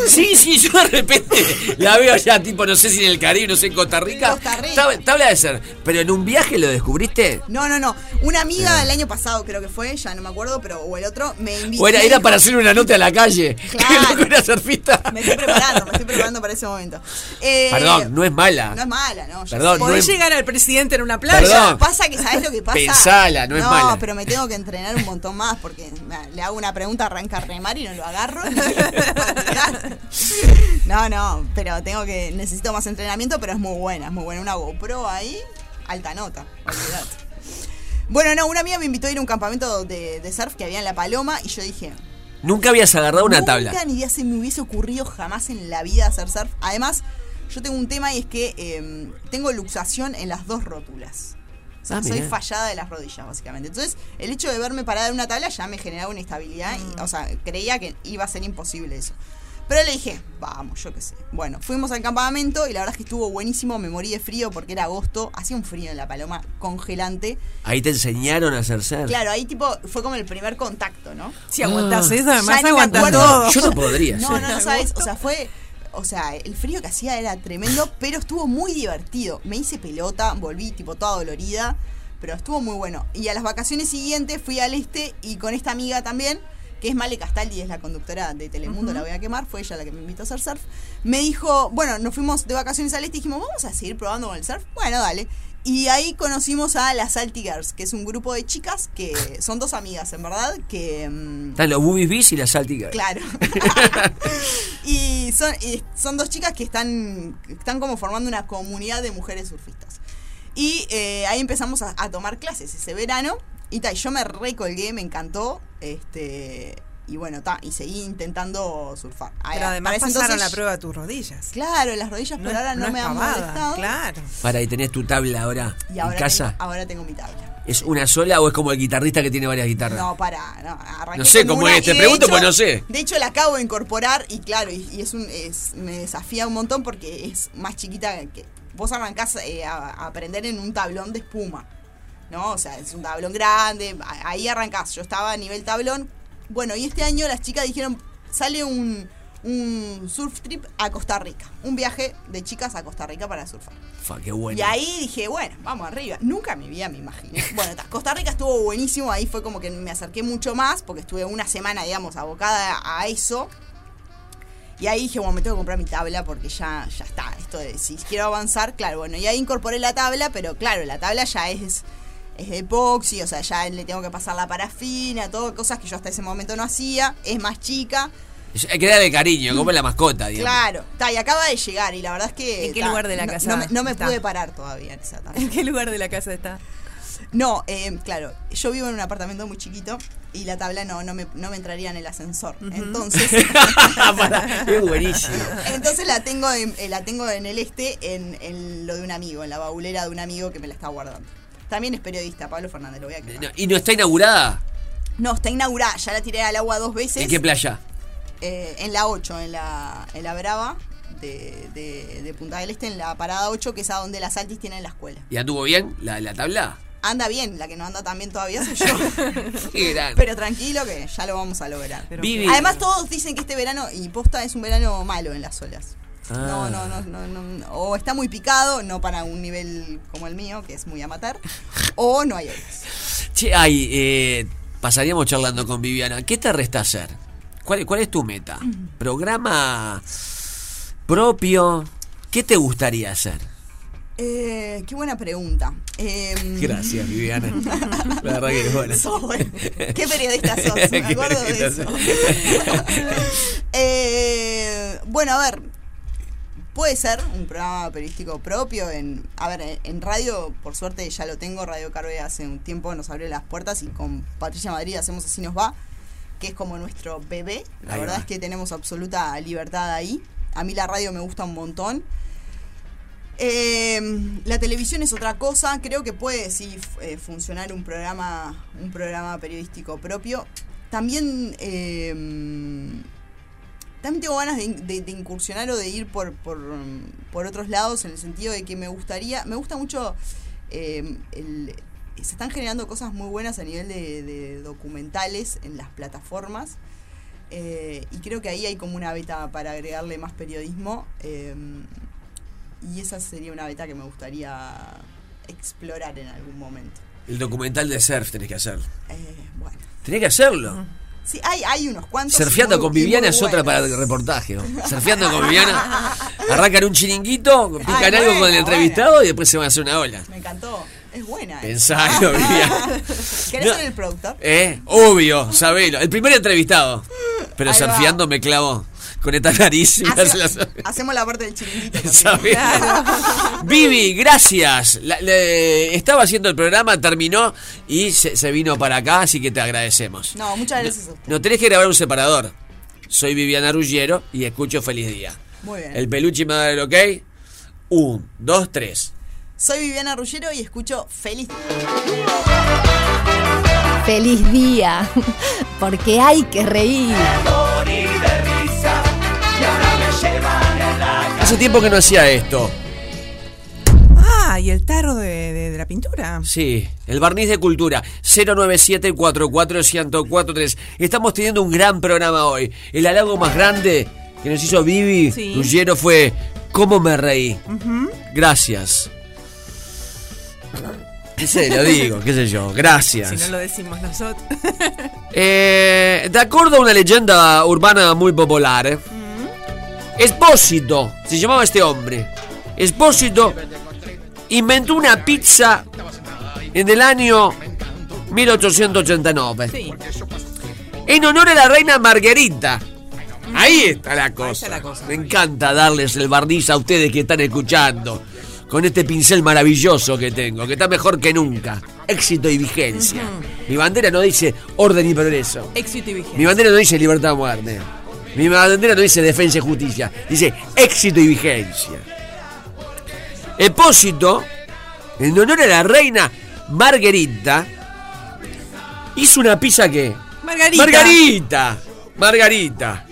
S3: Sí, sí, yo de repente la veo ya, tipo, no sé si en el Caribe, no sé, en Costa Rica.
S16: Costa Rica.
S3: Tab- tabla de ser. Pero en un viaje lo descubriste.
S16: No, no, no. Una amiga el año pasado, creo que fue, ya no me acuerdo, pero o el otro, me invitó.
S3: O era,
S16: me
S3: era
S16: dijo-
S3: para hacer una nota a la calle.
S16: Claro.
S3: Era surfista.
S16: Me estoy preparando, me estoy preparando para ese momento. Eh,
S3: Perdón, no es mala.
S16: No es mala, no. yo
S3: Perdón,
S16: sé.
S3: no es-
S8: llegar al presidente en una
S3: playa. Perdón.
S16: Pasa que, ¿sabes lo que pasa?
S3: Pensala, no es mala.
S16: pero me tengo que entrenar un montón más porque me- le hago una pregunta, arranca a remar y no lo agarro. y me olvidar. No, no, pero tengo que. Necesito más entrenamiento, pero es muy buena, es muy buena. Una GoPro ahí, alta nota. olvidate. Bueno, no, una amiga me invitó a ir a un campamento de, de surf que había en La Paloma y yo dije,
S3: Nunca habías agarrado una
S16: Nunca
S3: tabla.
S16: ni idea se me hubiese ocurrido jamás en la vida hacer surf. Además, yo tengo un tema y es que eh, tengo luxación en las dos rótulas. O sea,
S3: Ah,
S16: soy
S3: mirá.
S16: fallada de las rodillas, básicamente. Entonces, el hecho de verme parada en una tabla ya me generaba una inestabilidad.
S3: Mm.
S16: y, o sea, creía que iba a ser imposible eso. Pero le dije, vamos, yo qué sé. Bueno, fuimos al campamento y la verdad es que estuvo buenísimo. Me morí de frío porque era agosto. Hacía un frío en La Paloma congelante.
S3: Ahí te enseñaron a hacer surf.
S16: Claro, ahí tipo fue como el primer contacto, ¿no?
S8: Si
S3: aguantás eso,
S8: además
S16: Ya ni me
S8: aguantás
S16: acuerdo.
S8: todo.
S3: Yo no podría
S16: No,
S3: hacer.
S16: no, no sabes, o sea, fue o sea, el frío que hacía era tremendo, pero estuvo muy divertido. Me hice pelota, volví tipo toda dolorida, Pero estuvo muy bueno. Y a las vacaciones siguientes fui al este y con esta amiga también, que es Male Castaldi, es la conductora de Telemundo,
S8: Ujú.
S16: la voy a quemar, fue ella la que me invitó a hacer surf. Me dijo, bueno, nos fuimos de vacaciones al este y dijimos, vamos a seguir probando con el surf. Bueno, dale. Y ahí conocimos a las Salty Girls, que es un grupo de chicas que son dos amigas, en verdad, que... mm,
S3: Están los boobies bis y las salticas.
S16: Claro. y son, y son dos chicas que están, que están como formando una comunidad de mujeres surfistas. Y eh, ahí empezamos a, a tomar clases ese verano. Y ta, yo me recolgué, me encantó. Este, y bueno, ta, y seguí intentando surfar. Ahora,
S8: Pero además
S16: para ese
S8: pasaron
S16: entonces-
S8: la prueba de tus rodillas.
S16: Claro, las rodillas por
S8: No es-
S16: ahora no,
S8: no es
S16: me han
S8: pavada,
S16: molestado.
S8: Claro.
S3: Para, y tenés tu tabla ahora,
S16: Y ahora,
S3: en casa.
S16: Tengo, ahora tengo mi tabla.
S3: ¿Es una sola o es como el guitarrista que tiene varias guitarras?
S16: No, para, no, arranqué
S3: No sé
S16: con
S3: cómo
S16: una
S3: es, te
S16: y de
S3: pregunto,
S16: hecho-
S3: pues no sé.
S16: De hecho, la acabo de incorporar y claro, y, y es un, es- me desafía un montón porque es más chiquita que. Vos arrancás eh, a, a aprender en un tablón de espuma, ¿no? O sea, es un tablón grande, a- ahí arrancás. Yo estaba a nivel tablón. Bueno, y este año las chicas dijeron, sale un, un surf trip a Costa Rica, un viaje de chicas a Costa Rica para surfar.
S3: Fa, qué bueno.
S16: Y ahí dije, bueno, vamos arriba. Nunca en mi vida me imaginé. Bueno, ta, Costa Rica estuvo buenísimo, ahí fue como que me acerqué mucho más, porque estuve una semana, digamos, abocada a eso. Y ahí dije, bueno, me tengo que comprar mi tabla porque ya, ya está. Esto de si quiero avanzar, claro, bueno. Y ahí incorporé la tabla, pero claro, la tabla ya es, es de epoxi, o sea, ya le tengo que pasar la parafina, todo, cosas que yo hasta ese momento no hacía. Es más chica.
S3: Es- Hay que darle cariño,
S16: Mm.
S3: como es la mascota, digamos.
S16: Claro, ta, y acaba de llegar y la verdad es que...
S8: ¿En qué
S16: ta,
S8: lugar de la
S16: no-
S8: casa
S16: No, me, no me
S8: está?
S16: pude parar todavía en esa tabla.
S8: ¿En qué lugar de la casa está?
S16: No, eh, claro, yo vivo en un apartamento muy chiquito y la tabla no, no, me, no me entraría en el ascensor. Entonces,
S3: Es buenísimo.
S16: entonces la tengo en, eh, la tengo en el este, en, en lo de un amigo, en la baulera de un amigo que me la está guardando. También es periodista, Pablo Fernández, lo voy a creer.
S3: No, ¿Y no está inaugurada?
S16: No, está inaugurada, ya la tiré al agua dos veces.
S3: ¿En qué playa?
S16: Eh, en la 8, en la, en la Brava de, de- de Punta del Este, en la parada 8, que es a donde las altis tienen la escuela.
S3: ¿Y anduvo bien la, la tabla?
S16: Anda bien, la que no anda tan bien todavía soy yo.
S3: Qué grande.
S16: Pero tranquilo que ya lo vamos a lograr.
S3: Vivi.
S16: Además todos dicen que este verano y posta es un verano malo en las olas.
S3: Ah.
S16: No, no, no, no, no. O está muy picado, no para un nivel como el mío, que es muy amateur, o no hay olas.
S3: Che, ay, eh, pasaríamos charlando con Viviana. ¿Qué te resta hacer? ¿Cuál, cuál es tu meta?
S16: Mm.
S3: ¿Programa propio? ¿Qué te gustaría hacer?
S16: Eh, qué buena pregunta. Em,
S3: Gracias, Viviana. La verdad que es buena.
S16: Sos buena. ¿Qué periodista sos? Me
S3: ¿Qué
S16: acuerdo de
S3: periodista
S16: eso.
S3: sos?
S16: Eh, bueno, a ver. Puede ser un programa periodístico propio. En, a ver, en- en radio, por suerte ya lo tengo. Radio Carve hace un tiempo nos abrió las puertas y con Patricia Madrid hacemos Así nos va, que es como nuestro bebé. La
S4: Ahí
S16: verdad
S4: va.
S16: es que tenemos absoluta libertad ahí. A mí la radio me gusta un montón. Eh, la televisión es otra cosa, creo que puede sí f- eh, funcionar un programa, un programa periodístico propio. También, eh, también tengo ganas de, in- de- de incursionar o de ir por, por, mm, por otros lados en el sentido de que me gustaría, me gusta mucho, eh, el- se están generando cosas muy buenas a nivel de, de documentales en las plataformas. eh, y creo que ahí hay como una beta para agregarle más periodismo. eh, y esa sería una beta que me gustaría explorar en algún momento.
S3: El documental de surf tenés que hacer.
S16: Eh, bueno.
S3: Tenés que
S16: Mm.
S3: hacerlo.
S16: Sí, hay, hay unos cuantos.
S3: Surfeando
S16: y muy-
S3: con
S16: y muy
S3: Viviana es otra
S16: buenos.
S3: para el reportaje. ¿no? Surfeando con Viviana. Arrancan un chiringuito, pican
S16: Ay,
S3: algo con el
S16: bueno,
S3: entrevistado y después se van a hacer una ola.
S16: Me encantó. Es buena. eh.
S3: Pensalo, Viviana.
S16: ¿Querés
S3: No.
S16: ser el productor?
S3: ¿Eh? Obvio, sabelo. El primer entrevistado. Pero
S16: Ahí va.
S3: surfeando me clavo. Con esta nariz. me hace la-
S16: Hacemos la parte del chiringuito.
S3: sabelo. Vivi, gracias. La- le- estaba haciendo el programa, terminó y se, se vino para acá, así que te agradecemos.
S16: No, muchas gracias. a usted.
S3: No tenés que grabar un separador. Soy Viviana Ruggiero y escucho Feliz Día.
S16: Muy bien.
S3: El peluche me da el ok. Un, dos, tres.
S16: Soy Viviana Rullero y escucho Feliz.
S2: Feliz día, porque hay que reír.
S3: Hace tiempo que no hacía esto.
S8: Ah, y el tarro de, de- de la pintura.
S3: Sí, el barniz de cultura 097-44143. Estamos teniendo un gran programa hoy. El halago más grande que nos hizo Vivi
S8: Sí.
S3: Ruggiero fue ¿Cómo me reí?
S8: Ujú.
S3: Gracias. Se lo digo, qué sé yo. Gracias.
S8: Si no lo decimos nosotros.
S3: Eh, de acuerdo a una leyenda urbana muy popular, Espósito, se llamaba este hombre, Espósito inventó una pizza en el año 1889.
S8: Sí.
S3: En honor a la reina Margarita. Ahí está la cosa.
S8: la cosa.
S3: Me encanta darles el barniz a ustedes que están escuchando. Con este pincel maravilloso que tengo, que está mejor que nunca. Éxito y vigencia. Mi bandera no dice orden y progreso.
S8: Éxito y vigencia.
S3: Mi bandera no dice libertad o muerte. Mi bandera no dice defensa y justicia. Dice éxito y vigencia. Epósito, en honor a la reina Margarita, hizo una pizza que.
S8: Margarita.
S3: Margarita. Margarita.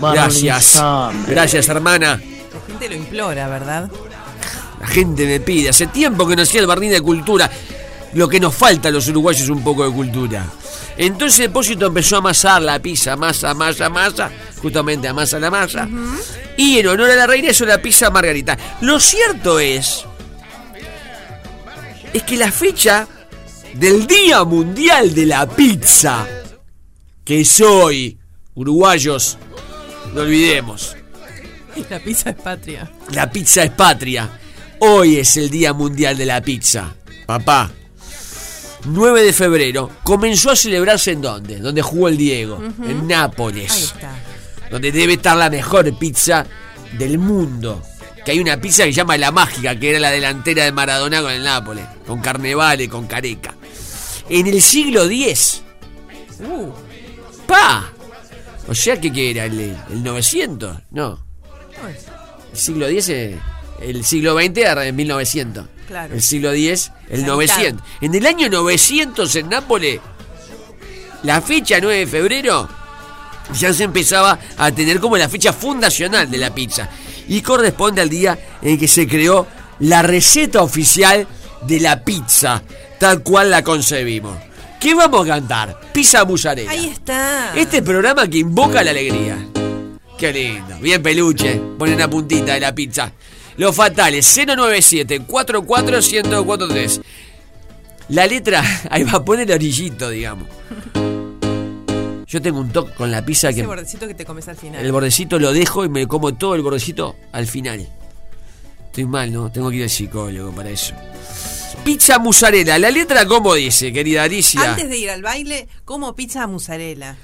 S3: Gracias. Gracias, hermana.
S8: La gente lo implora, ¿verdad?
S3: La gente me pide. Hace tiempo que no hacía el barniz de cultura. Lo que nos falta a los uruguayos es un poco de cultura. Entonces Depósito empezó a amasar la pizza, masa, masa, masa, justamente amasa la masa. Y en honor a la reina hizo la pizza margarita. Lo cierto es. Es que la fecha del Día Mundial de la Pizza, que es hoy, uruguayos, no olvidemos.
S8: La pizza es patria.
S3: La pizza es patria. Hoy es el Día Mundial de la Pizza. Papá. 9 de febrero. Comenzó a celebrarse en dónde? Donde jugó el Diego.
S8: Ujú.
S3: En Nápoles.
S8: Ahí está.
S3: Donde debe estar la mejor pizza del mundo. Que hay una pizza que se llama La Mágica, que era la delantera de Maradona con el Nápoles. Con Carnevale, con Careca. En el siglo X.
S8: Uh,
S3: ¡Pa! O sea, que qué era? ¿El, el 900? No.
S8: no es-
S3: El siglo X, eh, el siglo XX era en 1900.
S8: Claro.
S3: El siglo X, el
S8: La
S3: 900. En el año 900 en Nápoles, la fecha 9 de febrero ya se empezaba a tener como la fecha fundacional de la pizza. Y corresponde al día en que se creó la receta oficial de la pizza, tal cual la concebimos. ¿Qué vamos a cantar? Pizza mozzarella.
S8: Ahí está.
S3: Este programa que invoca la alegría. Qué lindo. Bien peluche. Ponen una puntita de la pizza. Los fatales, 097 44 1043 La letra, ahí va, pone el orillito, digamos. Yo tengo un toque con la pizza
S8: Ese
S3: que
S8: bordecito que te comes al final.
S3: el bordecito lo dejo y me como todo el bordecito al final. Estoy mal, ¿no? Tengo que ir al psicólogo para eso. Pizza mozzarella. La letra, ¿cómo dice, querida Alicia?
S8: Antes de ir al baile, como pizza mozzarella.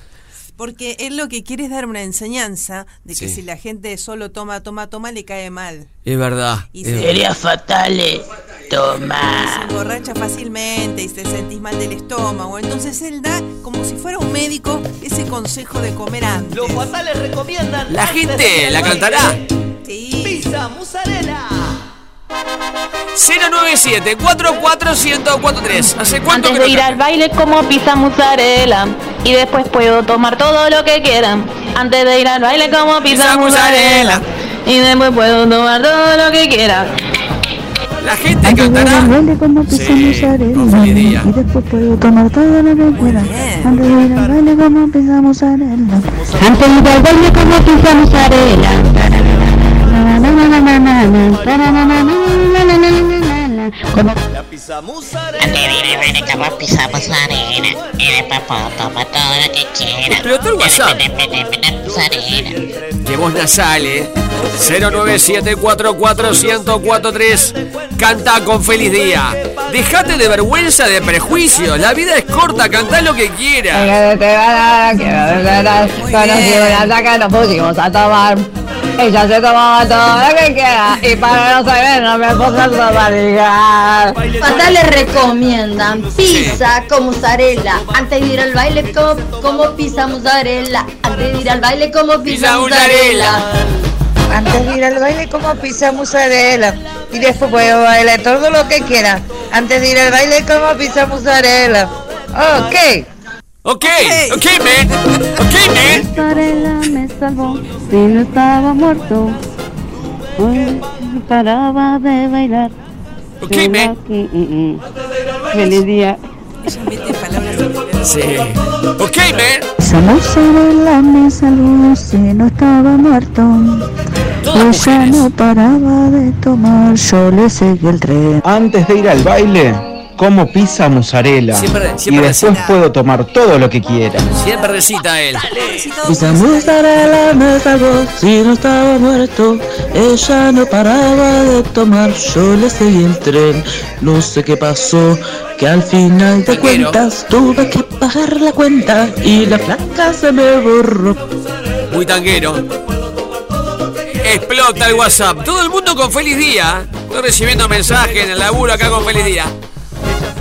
S8: Porque él lo que quiere es dar una enseñanza de que
S3: Sí.
S8: si la gente solo toma, toma, toma, le cae mal.
S3: Es verdad.
S8: Y
S3: es
S8: se-
S3: verdad.
S8: Sería
S20: fatal.
S8: Se emborracha fácilmente y te sentís mal del estómago. Entonces él da, como si fuera un médico, ese consejo de comer antes. Los
S20: fatales recomiendan.
S3: La gente la cantará.
S20: Pizza, mozzarella.
S3: 097 441043 ¿Hace cuánto
S21: Antes
S3: que
S21: de
S3: no
S21: ir
S3: canta?
S21: al baile como pizza mozzarella y después puedo tomar todo lo que quieran. Antes de ir al baile como pizza mozzarella y después puedo tomar todo lo que quieran.
S3: La gente
S1: Antes de ir al baile como pizza mozzarella y después puedo tomar todo lo que quiera. Antes de ir al baile como pizza mozzarella.
S21: Antes de ir al baile como pizza mozzarella.
S1: Na, na, na, na, na, na, na, na, na, na, na, na, na, na, na, na, na. Como
S20: La pizza mozzarella. Antes de ir al baile como pizza mozzarella. Y después puedo tomar todo lo que quiera.
S3: Explotó el WhatsApp. Que vos nasal, eh. 097 44 1043 Canta con feliz día. Dejate de vergüenza, de prejuicios. La vida es corta, cantá lo que quieras.
S4: nos pusimos a tomar. Ella se tomaba todo lo que quiera y para no saber no me puso a tomar.
S21: Fatales recomiendan pizza con mozzarella. Antes de ir al baile co- como, pizza mozzarella. Antes de ir al baile como pizza mozzarella.
S4: Antes de ir al baile como pizza mozzarella y después puedo bailar todo lo que quiera. Antes de ir al baile como pizza mozzarella. Ok.
S3: Ok, ok, man. Ok, man.
S1: mozzarella me salvó si no estaba muerto. Hoy no paraba de bailar. Qué lucky, mm, mm. Feliz día.
S3: Sí. Ok, man.
S1: Esa mozzarella me salvó si no estaba muerto.
S11: todas
S1: Ella
S11: mujeres.
S1: no paraba de tomar, yo le seguí el tren.
S15: Antes de ir al baile, como pizza mozzarella.
S3: Siempre-
S15: y
S3: siempre
S15: después puedo tomar todo lo que quiera.
S3: Siempre recita él.
S1: Pizza mozzarella me salvó, si no estaba muerto. Ella no paraba de tomar, yo le seguí el tren. No sé qué pasó, que al final de
S11: Tanguero.
S1: cuentas tuve que pagar la cuenta y la placa se me borró.
S3: Muy tanguero. Explota el WhatsApp. Todo el mundo con feliz día. Estoy recibiendo mensajes en el laburo acá con feliz día.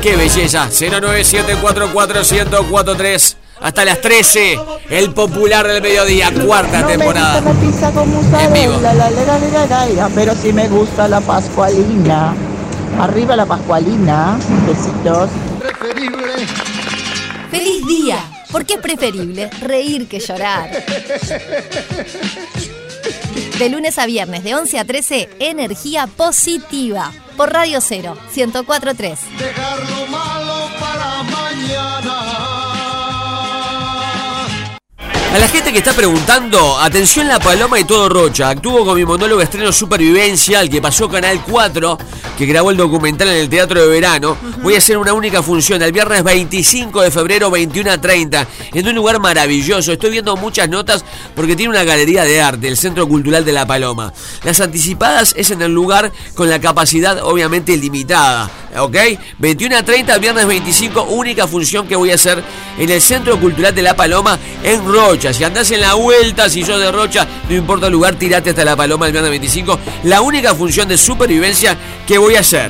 S3: Qué belleza. 097441043. Hasta las 13. El popular del mediodía. Cuarta temporada.
S6: No me gusta la pizza con mozzarella, la lera, lera, laira, pero sí me gusta la pascualina. Arriba la pascualina, besitos.
S2: ¡Feliz día! Porque es preferible reír que llorar. De lunes a viernes, de 11 a 13, energía positiva. Por Radio Cero, 1043.
S11: Dejar lo malo para mañana.
S3: A la gente que está preguntando, atención La Paloma y todo Rocha. Actuó con mi monólogo estreno Supervivencia, el que pasó Canal 4, que grabó el documental en el Teatro de Verano. Voy a hacer una única función el viernes 25 de febrero, 21 a 30, en un lugar maravilloso. Estoy viendo muchas notas porque tiene una galería de arte, el Centro Cultural de La Paloma. Las anticipadas es en el lugar con la capacidad obviamente limitada, ¿ok? 21 a 30, viernes 25, única función que voy a hacer en el Centro Cultural de La Paloma en Rocha. Si andás en la vuelta, si sos de Rocha, no importa el lugar, tirate hasta La Paloma el viernes 25. La única función de supervivencia que voy a hacer.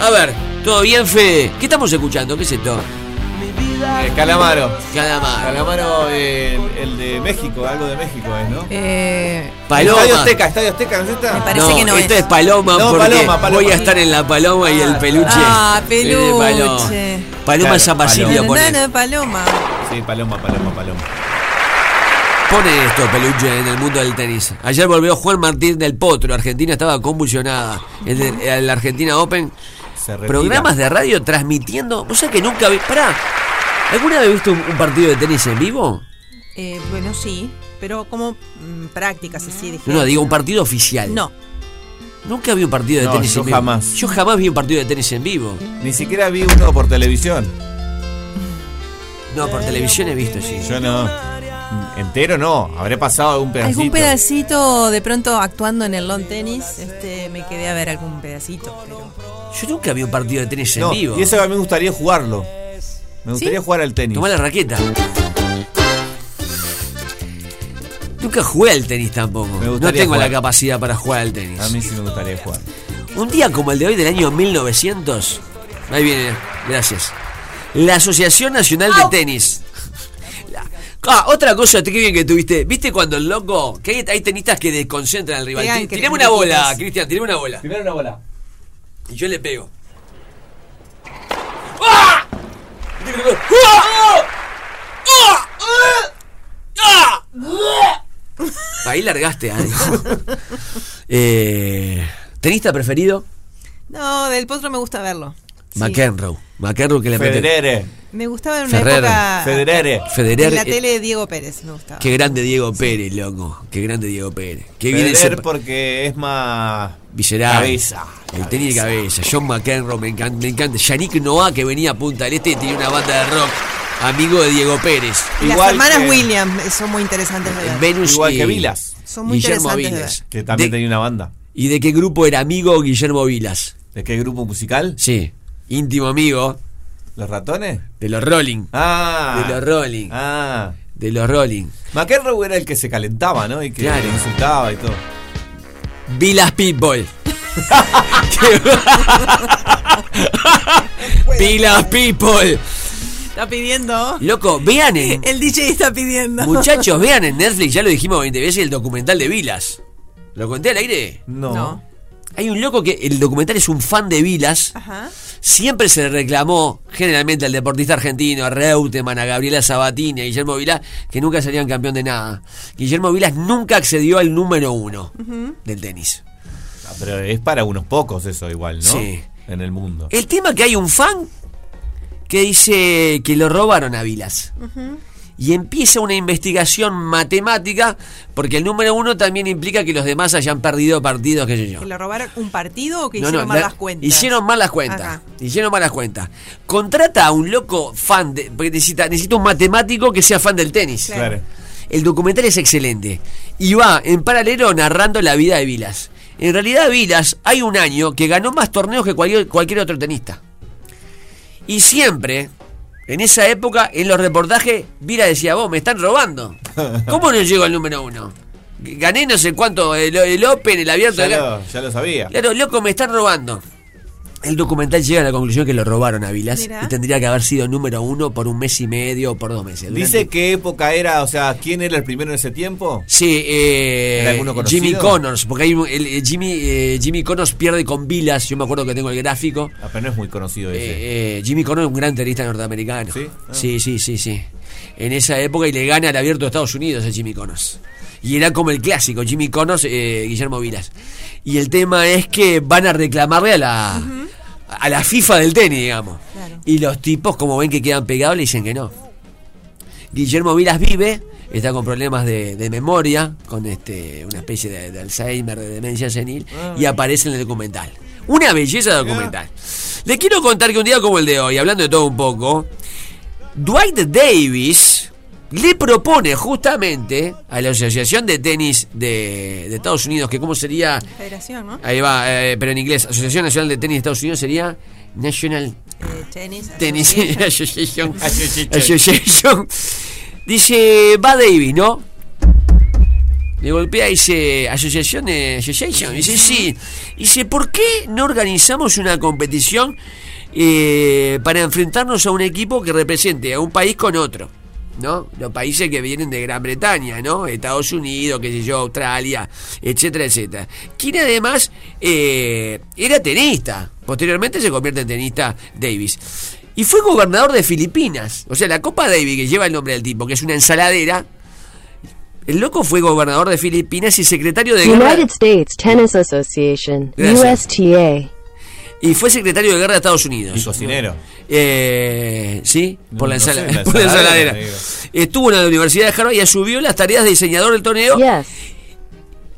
S3: A ver, ¿todo bien, Fede? ¿Qué estamos escuchando? ¿Qué es esto?
S14: Eh, Calamaro.
S3: Calamaro.
S14: Calamaro, eh, el, el de México, algo de México es, ¿no?
S8: Eh,
S3: Paloma.
S14: Estadio Azteca, Estadio Azteca, ¿no es esta? Me
S3: esto es, Paloma
S14: No,
S3: porque
S14: Paloma, Paloma.
S3: voy a estar en La Paloma y el peluche.
S8: Ah,
S3: es de Paloma.
S8: peluche.
S3: Paloma
S14: Claro,
S3: Zapasilio
S14: Paloma.
S3: pone,
S8: Nana Paloma.
S14: Sí, Paloma, Paloma, Paloma.
S3: pone esto, peluche, en el mundo del tenis. Ayer volvió Juan Martín del Potro. Argentina estaba convulsionada. El, de- el Argentina Open.
S14: retira.
S3: Programas de radio transmitiendo. O sea que nunca vi. Pará. ¿Alguna vez viste un, un partido de tenis en vivo?
S8: Eh, bueno, sí, pero como mm, prácticas así. dije.
S3: No, no, digo un partido oficial.
S8: No.
S3: Nunca vi un partido de
S14: No,
S3: tenis
S14: yo
S3: en vivo.
S14: jamás.
S3: Yo jamás vi un partido de tenis en vivo.
S14: Ni siquiera vi uno por televisión.
S3: No, por televisión he visto, sí.
S14: Yo no. Entero no, habré pasado algún pedacito.
S8: Algún pedacito, de pronto actuando en el lawn tenis, este, me quedé a ver algún pedacito. Pero...
S3: Yo nunca vi un partido de tenis
S14: No,
S3: en vivo.
S14: Y eso a mí me gustaría jugarlo. Me gustaría jugar al tenis.
S3: Tomá la raqueta. Nunca jugué al tenis tampoco. No
S14: gustaría
S3: tengo la
S14: jugar.
S3: capacidad para jugar al tenis.
S14: A mí sí me gustaría jugar.
S3: Un día como el de hoy del año 1900. Ahí viene, gracias. La Asociación Nacional de Tenis. La- Ah, otra cosa, qué bien que tuviste. ¿Viste cuando el loco? Que hay, hay tenistas que desconcentran al rival.
S14: Pegan,
S3: Ti-
S14: que
S3: Tirame
S14: le-
S3: una bola,
S14: quitas.
S3: Cristian, tirame una bola.
S14: Primero una bola.
S3: Y yo le pego.
S14: ¡Ah!
S3: ¡Ah!
S14: ¡Ah!
S3: Ahí largaste algo. Eh, ¿Tenista preferido?
S8: No, del potro me gusta verlo.
S3: McEnroe. McEnroe que le mete-
S14: Federer.
S8: Me gustaba en una
S3: Ferrer.
S8: época.
S3: Federer.
S8: En la
S3: Federer, eh,
S8: tele Diego Pérez me gustaba.
S3: Qué grande Diego Pérez, loco. Qué grande Diego Pérez. Qué bien ese
S14: Federer porque es más
S3: visceral.
S14: cabeza.
S3: El tenis de cabeza. John McEnroe, me encanta. Me encanta. Yannick Noah, que venía a Punta del Este y tenía una banda de rock. Amigo de Diego Pérez.
S8: Y Las hermanas Williams son muy interesantes de ver.
S3: Venus
S14: Igual
S3: y
S14: que Vilas.
S8: Son muy
S3: Guillermo
S8: interesantes de
S3: Vilas.
S14: Que también
S3: De-
S14: tenía una banda.
S3: ¿Y de qué grupo era amigo Guillermo Vilas?
S14: ¿De qué grupo musical?
S3: Sí. Íntimo amigo.
S14: ¿Los ratones?
S3: De los Rolling.
S14: Ah.
S3: De los Rolling.
S14: Ah.
S3: De los Rolling.
S14: McEnroe era el que se calentaba, ¿no? Y que
S3: Claro.
S14: le insultaba y todo.
S3: Vilas Pitbull. Vilas People.
S8: Está pidiendo.
S3: Loco, vean en.
S8: El DJ está pidiendo.
S3: Muchachos, vean en Netflix, ya lo dijimos 20 veces, el documental de Vilas. ¿Lo conté al aire?
S14: No.
S3: Hay un loco que el documental es un fan de Vilas.
S16: ¿ah?
S8: Ajá.
S3: Siempre se le reclamó, generalmente al deportista argentino, a Reutemann, a Gabriela Sabatini, a Guillermo Vilas, que nunca salían campeón de nada. Guillermo Vilas nunca accedió al número uno del tenis.
S14: Ah, Pero es para unos pocos eso igual, ¿no?
S3: Sí.
S14: En el mundo.
S3: El tema que hay un fan que dice que lo robaron a Vilas. y empieza una investigación matemática, porque el número uno también implica que los demás hayan perdido partidos, qué sé yo.
S8: ¿Que le robaron un partido o que hicieron mal
S3: la-
S8: las cuentas?
S3: Hicieron mal las cuentas.
S8: Ajá.
S3: Hicieron mal las cuentas. Contrata a un loco fan de. Porque necesita, necesita un matemático que sea fan del tenis.
S14: Claro.
S3: El documental es excelente. Y va en paralelo narrando la vida de Vilas. En realidad, Vilas hay un año que ganó más torneos que cualquier, cualquier otro tenista. Y siempre, en esa época, en los reportajes, Vilas decía, vos, me están robando. ¿Cómo no llego al número uno? Gané no sé cuánto, el, el Open, el abierto.
S14: Ya
S3: de-
S14: lo, ya lo sabía.
S3: Claro, loco, me están robando. El documental llega a la conclusión que lo robaron a Vilas
S14: Mirá.
S3: y tendría que haber sido número uno por un mes y medio o por dos meses. Durante-
S14: Dice qué época era, o sea, ¿quién era el primero en ese tiempo?
S3: Sí, eh,
S14: ¿Era alguno conocido?
S3: Jimmy Connors, porque hay un- el- el Jimmy, eh, Jimmy Connors pierde con Vilas, yo me acuerdo que tengo el gráfico.
S14: Ah, pero no es muy conocido ese.
S3: Eh, eh, Jimmy Connors es un gran tenista norteamericano. ¿Sí? sí, sí, sí, En esa época y le gana el abierto de Estados Unidos a Jimmy Connors. Y era como el clásico, Jimmy Connors, eh, Guillermo Vilas. Y el tema es que van a reclamarle a la, a la FIFA del tenis, digamos. Y los tipos, como ven que quedan pegados, le dicen que no. Guillermo Vilas vive, está con problemas de, de memoria, con este una especie de, de Alzheimer, de demencia senil, y aparece en el documental. Una belleza de documental. Le quiero contar que un día como el de hoy, hablando de todo un poco, Dwight Davis le propone justamente a la Asociación de Tenis de, de Estados Unidos, que cómo sería,
S8: Federación, ¿no?
S3: ahí va, eh, pero en inglés, Asociación Nacional de Tenis de Estados Unidos sería National
S8: Eh, tenis.
S3: Tenis
S8: asociación.
S3: Association. Association. Dice, va Davis, ¿no? Le golpea y dice, Association, eh, Association. Dice, sí. Dice, ¿por qué no organizamos una competición eh, para enfrentarnos a un equipo que represente a un país con otro? ¿No? Los países que vienen de Gran Bretaña, ¿no? Estados Unidos, qué sé yo, Australia, etcétera, etcétera. Quien además eh, era tenista. Posteriormente se convierte en tenista Davis. Y fue gobernador de Filipinas. O sea, la Copa Davis, que lleva el nombre del tipo, que es una ensaladera. El loco fue gobernador de Filipinas y secretario de guerra.
S7: United States Tennis Association,
S3: Gracias.
S7: USTA.
S3: Y fue secretario de guerra de Estados Unidos. Y cocinero. sí, por la,
S14: no sé,
S3: ensala-
S14: la
S3: por la
S14: ensaladera,
S3: ensaladera. Estuvo en la Universidad de Harvard y asumió las tareas de diseñador del torneo.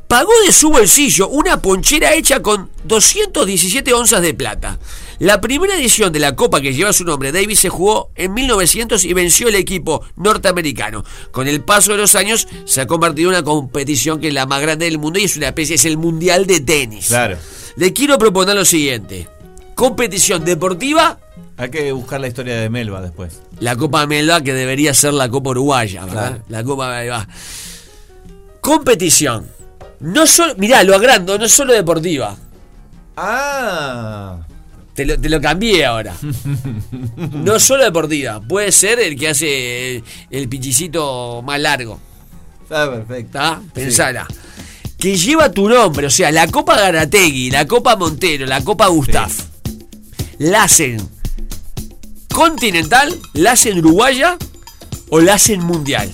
S3: Pagó de su bolsillo una ponchera hecha con 217 onzas de plata. La primera edición de la Copa que lleva su nombre, Davis, se jugó en 1900 y venció el equipo norteamericano. Con el paso de los años se ha convertido en una competición que es la más grande del mundo y es una especie, es el Mundial de Tenis.
S14: Claro.
S3: Le quiero proponer lo siguiente. Competición deportiva.
S14: Hay que buscar la historia de Melba después.
S3: La Copa Melba, que debería ser la Copa Uruguaya, ¿verdad?
S14: Claro.
S3: La Copa Melba. Competición. No solo, mirá, lo agrando, no solo deportiva.
S14: Ah.
S3: Te lo, te lo cambié ahora. No solo deportiva. Puede ser el que hace el, el pichicito más largo.
S14: Está perfecto.
S3: Ah, Pensala. Que lleva tu nombre, o sea, la Copa Garategui, la Copa Montero, la Copa Gustav. ¿La hacen continental? ¿La hacen uruguaya? ¿O la hacen mundial?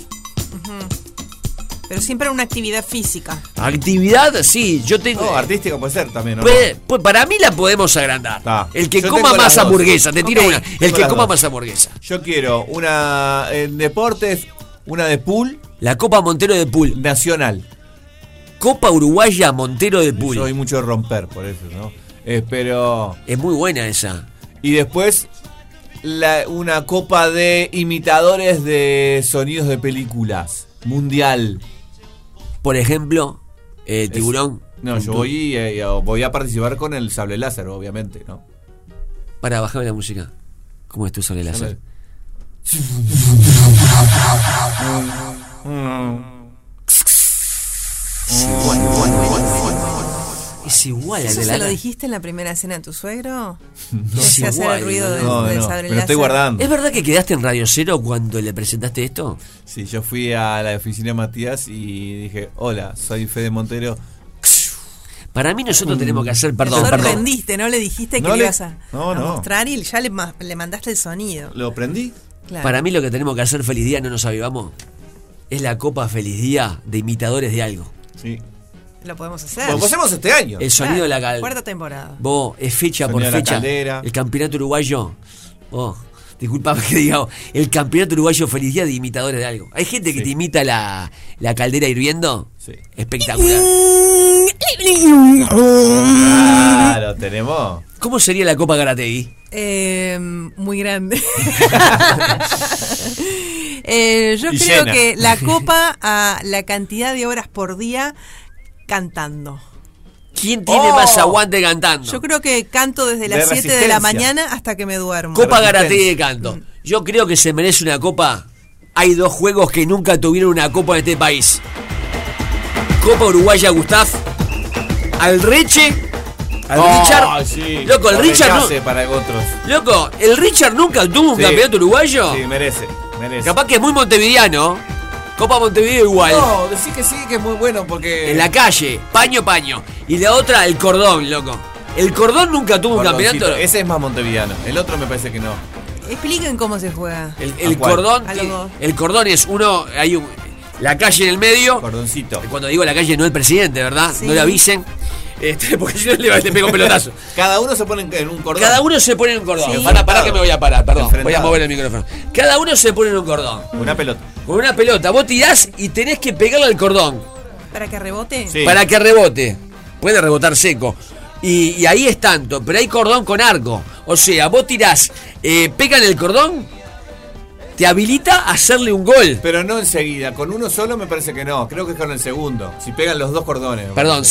S8: Pero siempre era una actividad física.
S3: Actividad, sí, yo tengo.
S14: No, artística puede ser también, ¿no?
S3: eh. Puede- pu- para mí la podemos agrandar. El que
S14: Yo
S3: coma
S14: tengo las
S3: más
S14: dos.
S3: hamburguesa, te tiro
S14: Ok.
S3: una. El
S14: Tengo
S3: que
S14: las
S3: coma
S14: dos.
S3: más hamburguesa.
S14: Yo quiero una en deportes, una de pool.
S3: La Copa Montero de Pool.
S14: Nacional.
S3: Copa Uruguaya Montero de Pool.
S14: Soy mucho de romper, por eso, ¿no? Eh, pero.
S3: Es muy buena esa.
S14: Y después, la- una copa de imitadores de sonidos de películas. Mundial.
S3: Por ejemplo, eh, tiburón.
S14: No, yo voy, eh, voy a participar con el sable láser, obviamente, ¿no?
S3: Para bajarme la música. ¿Cómo es tu sobre láser? Es igual al
S8: ¿Eso
S3: de
S8: se lo
S3: la
S8: dijiste en la primera cena de tu suegro?
S3: No
S8: Ese
S3: es
S8: hacer
S3: igual,
S8: el ruido del,
S14: no,
S8: del
S14: no,
S8: sable
S14: me lo estoy
S8: láser.
S14: guardando.
S3: ¿Es verdad que quedaste en Radio Cero cuando le presentaste esto?
S14: Sí, yo fui a la oficina de Matías y dije, hola, soy Fede Montero.
S3: Para mí
S14: Mm.
S3: nosotros tenemos que hacer,
S8: Te
S3: perdón, perdón.
S8: sorprendiste, ¿no? Le dijiste que
S14: No
S8: le
S14: le-
S8: ibas a,
S14: no,
S8: a
S14: no.
S8: mostrar y ya le, ma- le mandaste el sonido.
S14: ¿Lo prendí?
S8: Claro.
S3: Para mí lo que tenemos que hacer, feliz día, no nos avivamos, es la Copa Feliz Día de imitadores de algo.
S14: Sí.
S8: Lo podemos
S14: Eh,
S8: hacer.
S3: Lo hacemos este año. El sonido de la cal-
S8: Cuarta temporada.
S3: Vos, es fecha
S14: Sonido de
S3: por
S14: la
S3: fecha.
S14: caldera.
S3: El campeonato uruguayo. Vos, oh, disculpame que diga, el campeonato uruguayo feliz día de imitadores de algo. Hay gente que te imita la, la caldera hirviendo. Espectacular.
S14: Claro, Ah, tenemos.
S3: ¿Cómo sería la Copa Garategui?
S8: Eh, muy grande. Eh, yo
S3: Y
S8: creo
S3: llena.
S8: que la copa a la cantidad de horas por día cantando.
S3: ¿Quién tiene
S14: Oh.
S3: más aguante cantando?
S8: Yo creo que canto
S3: De
S8: desde las 7 de la
S3: resistencia.
S8: mañana hasta que me duermo.
S3: Copa Garategui de
S14: Mm.
S3: canto. Yo creo que se merece una copa. Hay dos juegos que nunca tuvieron una copa en este país. Copa Uruguaya Gustaf. Al Reche. Al
S14: Oh,
S3: Richard.
S14: sí.
S3: Loco, el
S14: Lo
S3: Richard no-
S14: renace para otros.
S3: Loco, el Richard nunca tuvo un
S14: Sí.
S3: campeonato uruguayo.
S14: Sí, merece, merece.
S3: Capaz que es muy montevideano. Copa Montevideo igual.
S14: No, decir que sí, que es muy bueno porque.
S3: En la calle, paño paño. Y la otra, el cordón, loco. El cordón nunca tuvo un
S14: Cordoncito.
S3: campeonato.
S14: Ese es más montevideano. El otro me parece que no.
S8: Expliquen cómo se juega.
S3: El, el
S14: ¿A cuál?
S3: cordón,
S8: A los
S3: ti-
S8: dos.
S3: el cordón es uno, hay un- la calle en el medio.
S14: Cordoncito.
S3: Cuando digo la calle, no el presidente, ¿verdad?
S14: Sí.
S3: No le avisen. Este, porque si no le, le pego un pelotazo.
S14: Cada uno se pone en- en un cordón.
S3: Cada uno se pone en un cordón.
S14: Sí.
S3: Pará, pará que me voy a parar, perdón. Voy a
S14: Enfrentado.
S3: mover el micrófono. Cada uno se pone en un cordón.
S14: Una pelota.
S3: Con una pelota. Vos tirás y tenés que pegarle al cordón.
S8: ¿Para que rebote?
S3: para que rebote. Puede rebotar seco. Y, y ahí es tanto, pero hay cordón con arco. O sea, vos tirás, eh, pega en el cordón, te habilita a hacerle un gol.
S14: Pero no enseguida. Con uno solo me parece que no. Creo que es con el segundo. Si pegan los dos cordones.
S3: Perdón,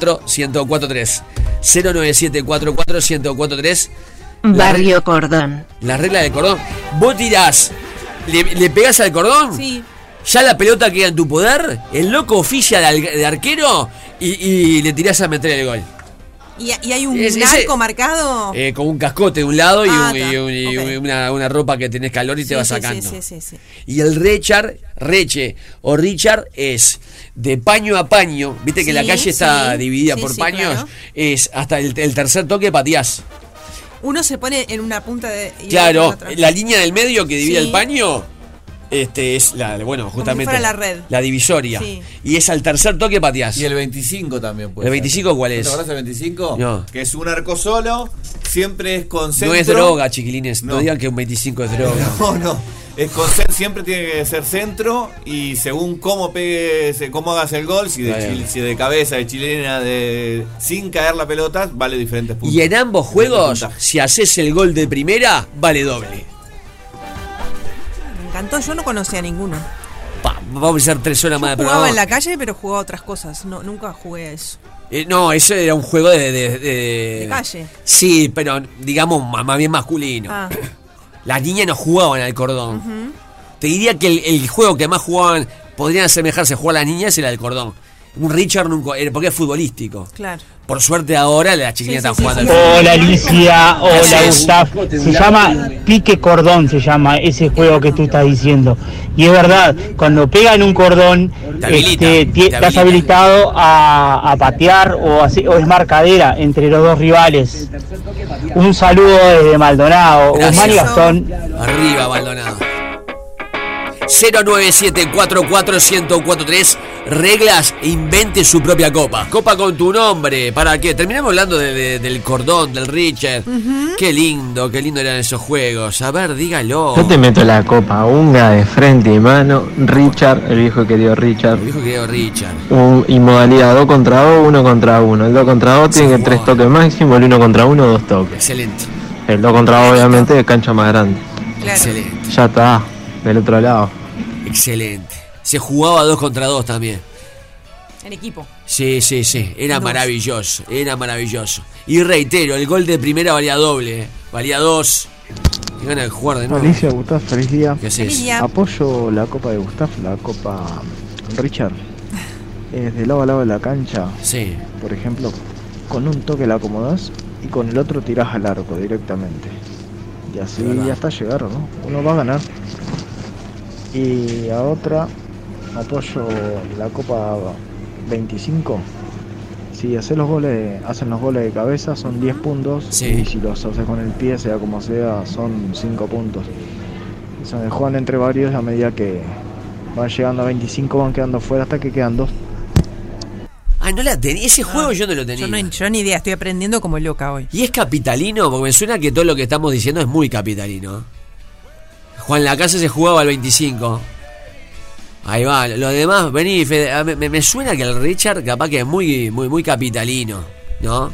S3: 097-44-1043. 097-44-1043.
S7: Barrio Cordón.
S3: La regla del cordón. Vos tirás, le, le pegás al cordón.
S8: Sí.
S3: Ya la pelota queda en tu poder. El loco oficia de, al- de arquero y, y le tirás a meter el gol.
S8: ¿Y, y hay un
S3: Es- ese-
S8: narco marcado?
S3: Eh, con un cascote de un lado y,
S8: Oh. Ah,
S3: un- y
S8: está.
S3: un- y un- una, una ropa que tenés calor y te
S8: Sí,
S3: vas
S8: sí,
S3: sacando.
S8: Sí, sí, sí, sí.
S3: Y el Richard, Reche o Richard es de paño a paño. Viste que
S8: Sí,
S3: la calle está
S8: sí.
S3: dividida
S8: Sí,
S3: por
S8: sí,
S3: paños.
S8: claro.
S3: Es hasta el, el tercer toque pateás.
S8: Uno se pone en una punta de. y otro en
S3: Claro,
S8: otra.
S3: la línea del medio que divide
S8: Sí.
S3: el paño. Este es la, bueno, justamente.
S8: fuera la red.
S3: la divisoria.
S8: Sí.
S3: Y es al tercer toque pateás.
S14: Y el 25 también puede
S3: ¿El
S14: ser.
S3: 25 cuál
S14: ¿No
S3: es?
S14: ¿Te acordás del 25?
S3: No.
S14: Que es un arco solo, siempre es con centro.
S3: No es droga, chiquilines. No.
S14: No.
S3: digan que un 25 es droga.
S14: No, no. Es con cen- siempre tiene que ser centro y según cómo pegues, eh, cómo hagas el gol, si de,
S3: Ahí
S14: chil- si de cabeza, de chilena, de sin caer la pelota, vale diferentes puntos.
S3: Y en ambos juegos, si haces el gol de primera, vale doble.
S8: Me encantó, yo no conocía a ninguno.
S3: Ah, Pa, vamos a hacer tres horas más de
S8: Jugaba
S3: programa.
S8: en la calle, pero jugaba a otras cosas. No, nunca jugué a eso.
S3: Eh, no, eso era un juego de. de- de-
S8: De calle.
S3: Sí, pero digamos ma- más bien masculino.
S8: Ah.
S3: Las niñas no jugaban al cordón.
S8: Ujú.
S3: Te diría que el, el juego que más jugaban, podrían asemejarse a jugar las niñas, era el cordón. Un Richard nunca. era- porque es futbolístico.
S8: Claro.
S3: Por suerte ahora las chiquillas están jugando al fútbol.
S22: Hola Alicia, hola
S3: Gracias.
S22: Gustav. Se llama pique cordón, se llama ese juego que tú estás diciendo. Y es verdad, cuando pegan un cordón,
S3: Te habilita,
S22: este, ti-
S3: te
S22: estás
S3: habilita.
S22: habilitado a, a patear o, así- o es marcadera entre los dos rivales. Un saludo desde Maldonado, Guzmán y Gastón.
S3: Arriba, Maldonado. 097-44-1043. Reglas e invente su propia copa. Copa con tu nombre. ¿Para qué? Terminamos hablando de- de- del cordón, del Richard. Qué lindo, qué lindo eran esos juegos. A ver, dígalo.
S23: Yo te meto la copa unga de frente y mano, Richard, el viejo querido Richard,
S3: Dijo que Richard.
S23: un- y modalidad 2 contra 2, 1 contra 1. El 2 contra 2 tiene que 3 toques máximo, el 1 contra 1, 2 toques.
S3: Excelente.
S23: El 2 contra 2 obviamente de cancha más grande.
S3: Excelente.
S23: Ya está, del otro lado.
S3: Excelente. Se jugaba dos contra dos también.
S8: En equipo.
S3: Sí, sí, sí. Era
S8: Dos.
S3: maravilloso. Era maravilloso. Y reitero, el gol de primera valía doble. eh. Valía dos. Qué ganas de jugar de nuevo.
S24: Alicia, Gustav, feliz día.
S3: ¿Qué haces? Feliz día.
S24: Apoyo la copa de Gustav, la copa Richard. Es de lado a lado de la cancha.
S3: Sí.
S24: Por ejemplo, con un toque la acomodás y con el otro tirás al arco directamente. Y así
S3: Es verdad.
S24: hasta llegar, ¿no? Uno va a ganar. Y a otra, apoyo la copa 25. Si haces los goles, hacen los goles de cabeza, son 10 puntos. Y si los haces con el pie, sea como sea, son 5 puntos. Y Se juegan entre varios a medida que van llegando a 25, van quedando fuera hasta que quedan dos.
S3: Ah, Ah, no la tenía. Ese juego yo no lo tenía.
S8: Yo, no, yo ni idea, estoy aprendiendo como loca hoy.
S3: ¿Y es capitalino? Porque me suena que todo lo que estamos diciendo es muy capitalino. Juan la casa se jugaba al 25. Ahí va, lo demás, vení, Fede. Ah, me, me- me suena que el Richard capaz que es muy, muy, muy capitalino, ¿no?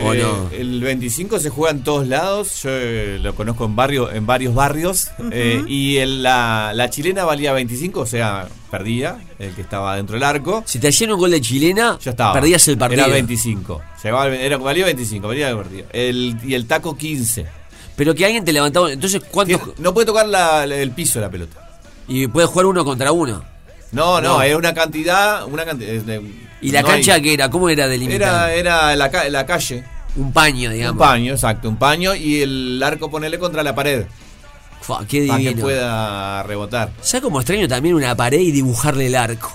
S3: ¿O
S14: Eh,
S3: no?
S14: El 25 se juega en todos lados. Yo eh, lo conozco en barrio, en varios barrios. eh, y el- la, la chilena valía 25, o sea, perdía el que estaba dentro del arco.
S3: Si te hacían un gol de chilena,
S14: ya estaba.
S3: perdías el partido.
S14: Era 25. Llegaba al- era, valía 25, valía el partido. El- y el taco 15.
S3: Pero que alguien te levantaba. Entonces, ¿cuántos.?
S14: No puede tocar la- la- el piso la pelota.
S3: Y puedes jugar uno contra uno.
S14: No, no,
S3: No.
S14: es una cantidad. Una cantidad es de-
S3: ¿Y la
S14: no
S3: cancha
S14: hay-
S3: que era? ¿Cómo era delimitada?
S14: Era, era la, ca- la calle.
S3: Un paño, digamos.
S14: Un paño, exacto. Un paño y el arco ponerle contra la pared.
S3: Fua, qué
S14: Para que
S3: divino.
S14: pueda rebotar.
S3: ¿Sabes cómo extraño también una pared y dibujarle el arco?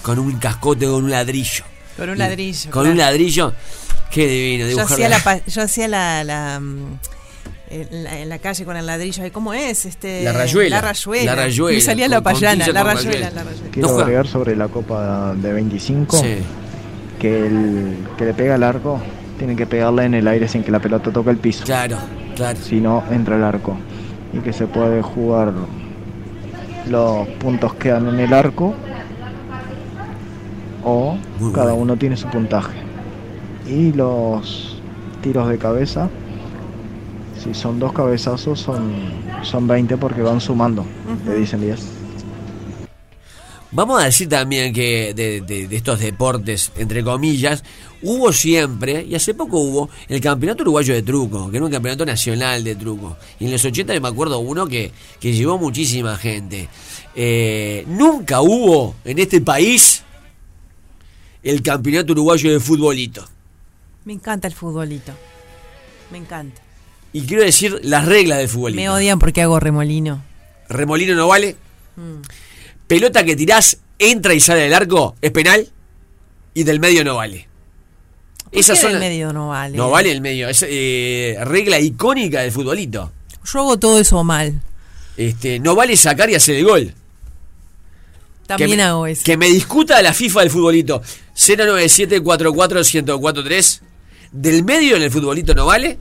S3: Con un cascote, con un ladrillo.
S8: Con un
S3: Y-
S8: ladrillo,
S3: Con
S8: claro.
S3: un ladrillo. Qué divino,
S8: Yo
S3: dibujarle.
S8: hacía la, pa- yo hacía la, la, mm, en la- en la calle con el ladrillo. Ay, ¿Cómo es? Este,
S3: La rayuela.
S8: La rayuela.
S3: La rayuela,
S8: Me salía la
S3: con- con
S8: payana,
S3: tiza
S8: la
S3: con
S8: rayuela,
S3: rayuela.
S8: la rayuela.
S3: No
S24: Quiero
S3: juega.
S24: agregar sobre la copa de 25 que el que le pega al arco tiene que pegarla en el aire sin que la pelota toque el piso.
S3: Claro, claro.
S24: Si no, entra el arco. Y que se puede jugar. Los puntos quedan en el arco. O cada uno tiene su puntaje. Y los tiros de cabeza. Si son dos cabezazos, son, son 20 porque van sumando. Le dicen 10.
S3: Vamos a decir también que de, de- de estos deportes, entre comillas, hubo siempre, y hace poco hubo, el Campeonato Uruguayo de Truco, que era un campeonato nacional de truco. Y en los 80 me acuerdo uno que, que llevó muchísima gente. Eh, nunca hubo en este país el Campeonato Uruguayo de Futbolito.
S8: Me encanta el futbolito. Me encanta.
S3: Y quiero decir las reglas del futbolito.
S8: Me odian porque hago remolino.
S3: Remolino no vale.
S8: Mm.
S3: Pelota que tirás, entra y sale del arco, es penal. Y del medio no vale. Esas
S8: qué
S3: son
S8: del
S3: las-
S8: medio no vale?
S3: No vale el medio. Es eh, regla icónica del futbolito.
S8: Yo hago todo eso mal.
S3: Este, no vale sacar y hacer el gol.
S8: También
S3: que me,
S8: hago eso.
S3: Que me discuta la FIFA del futbolito. 097-44-1043. Del medio en el futbolito no vale.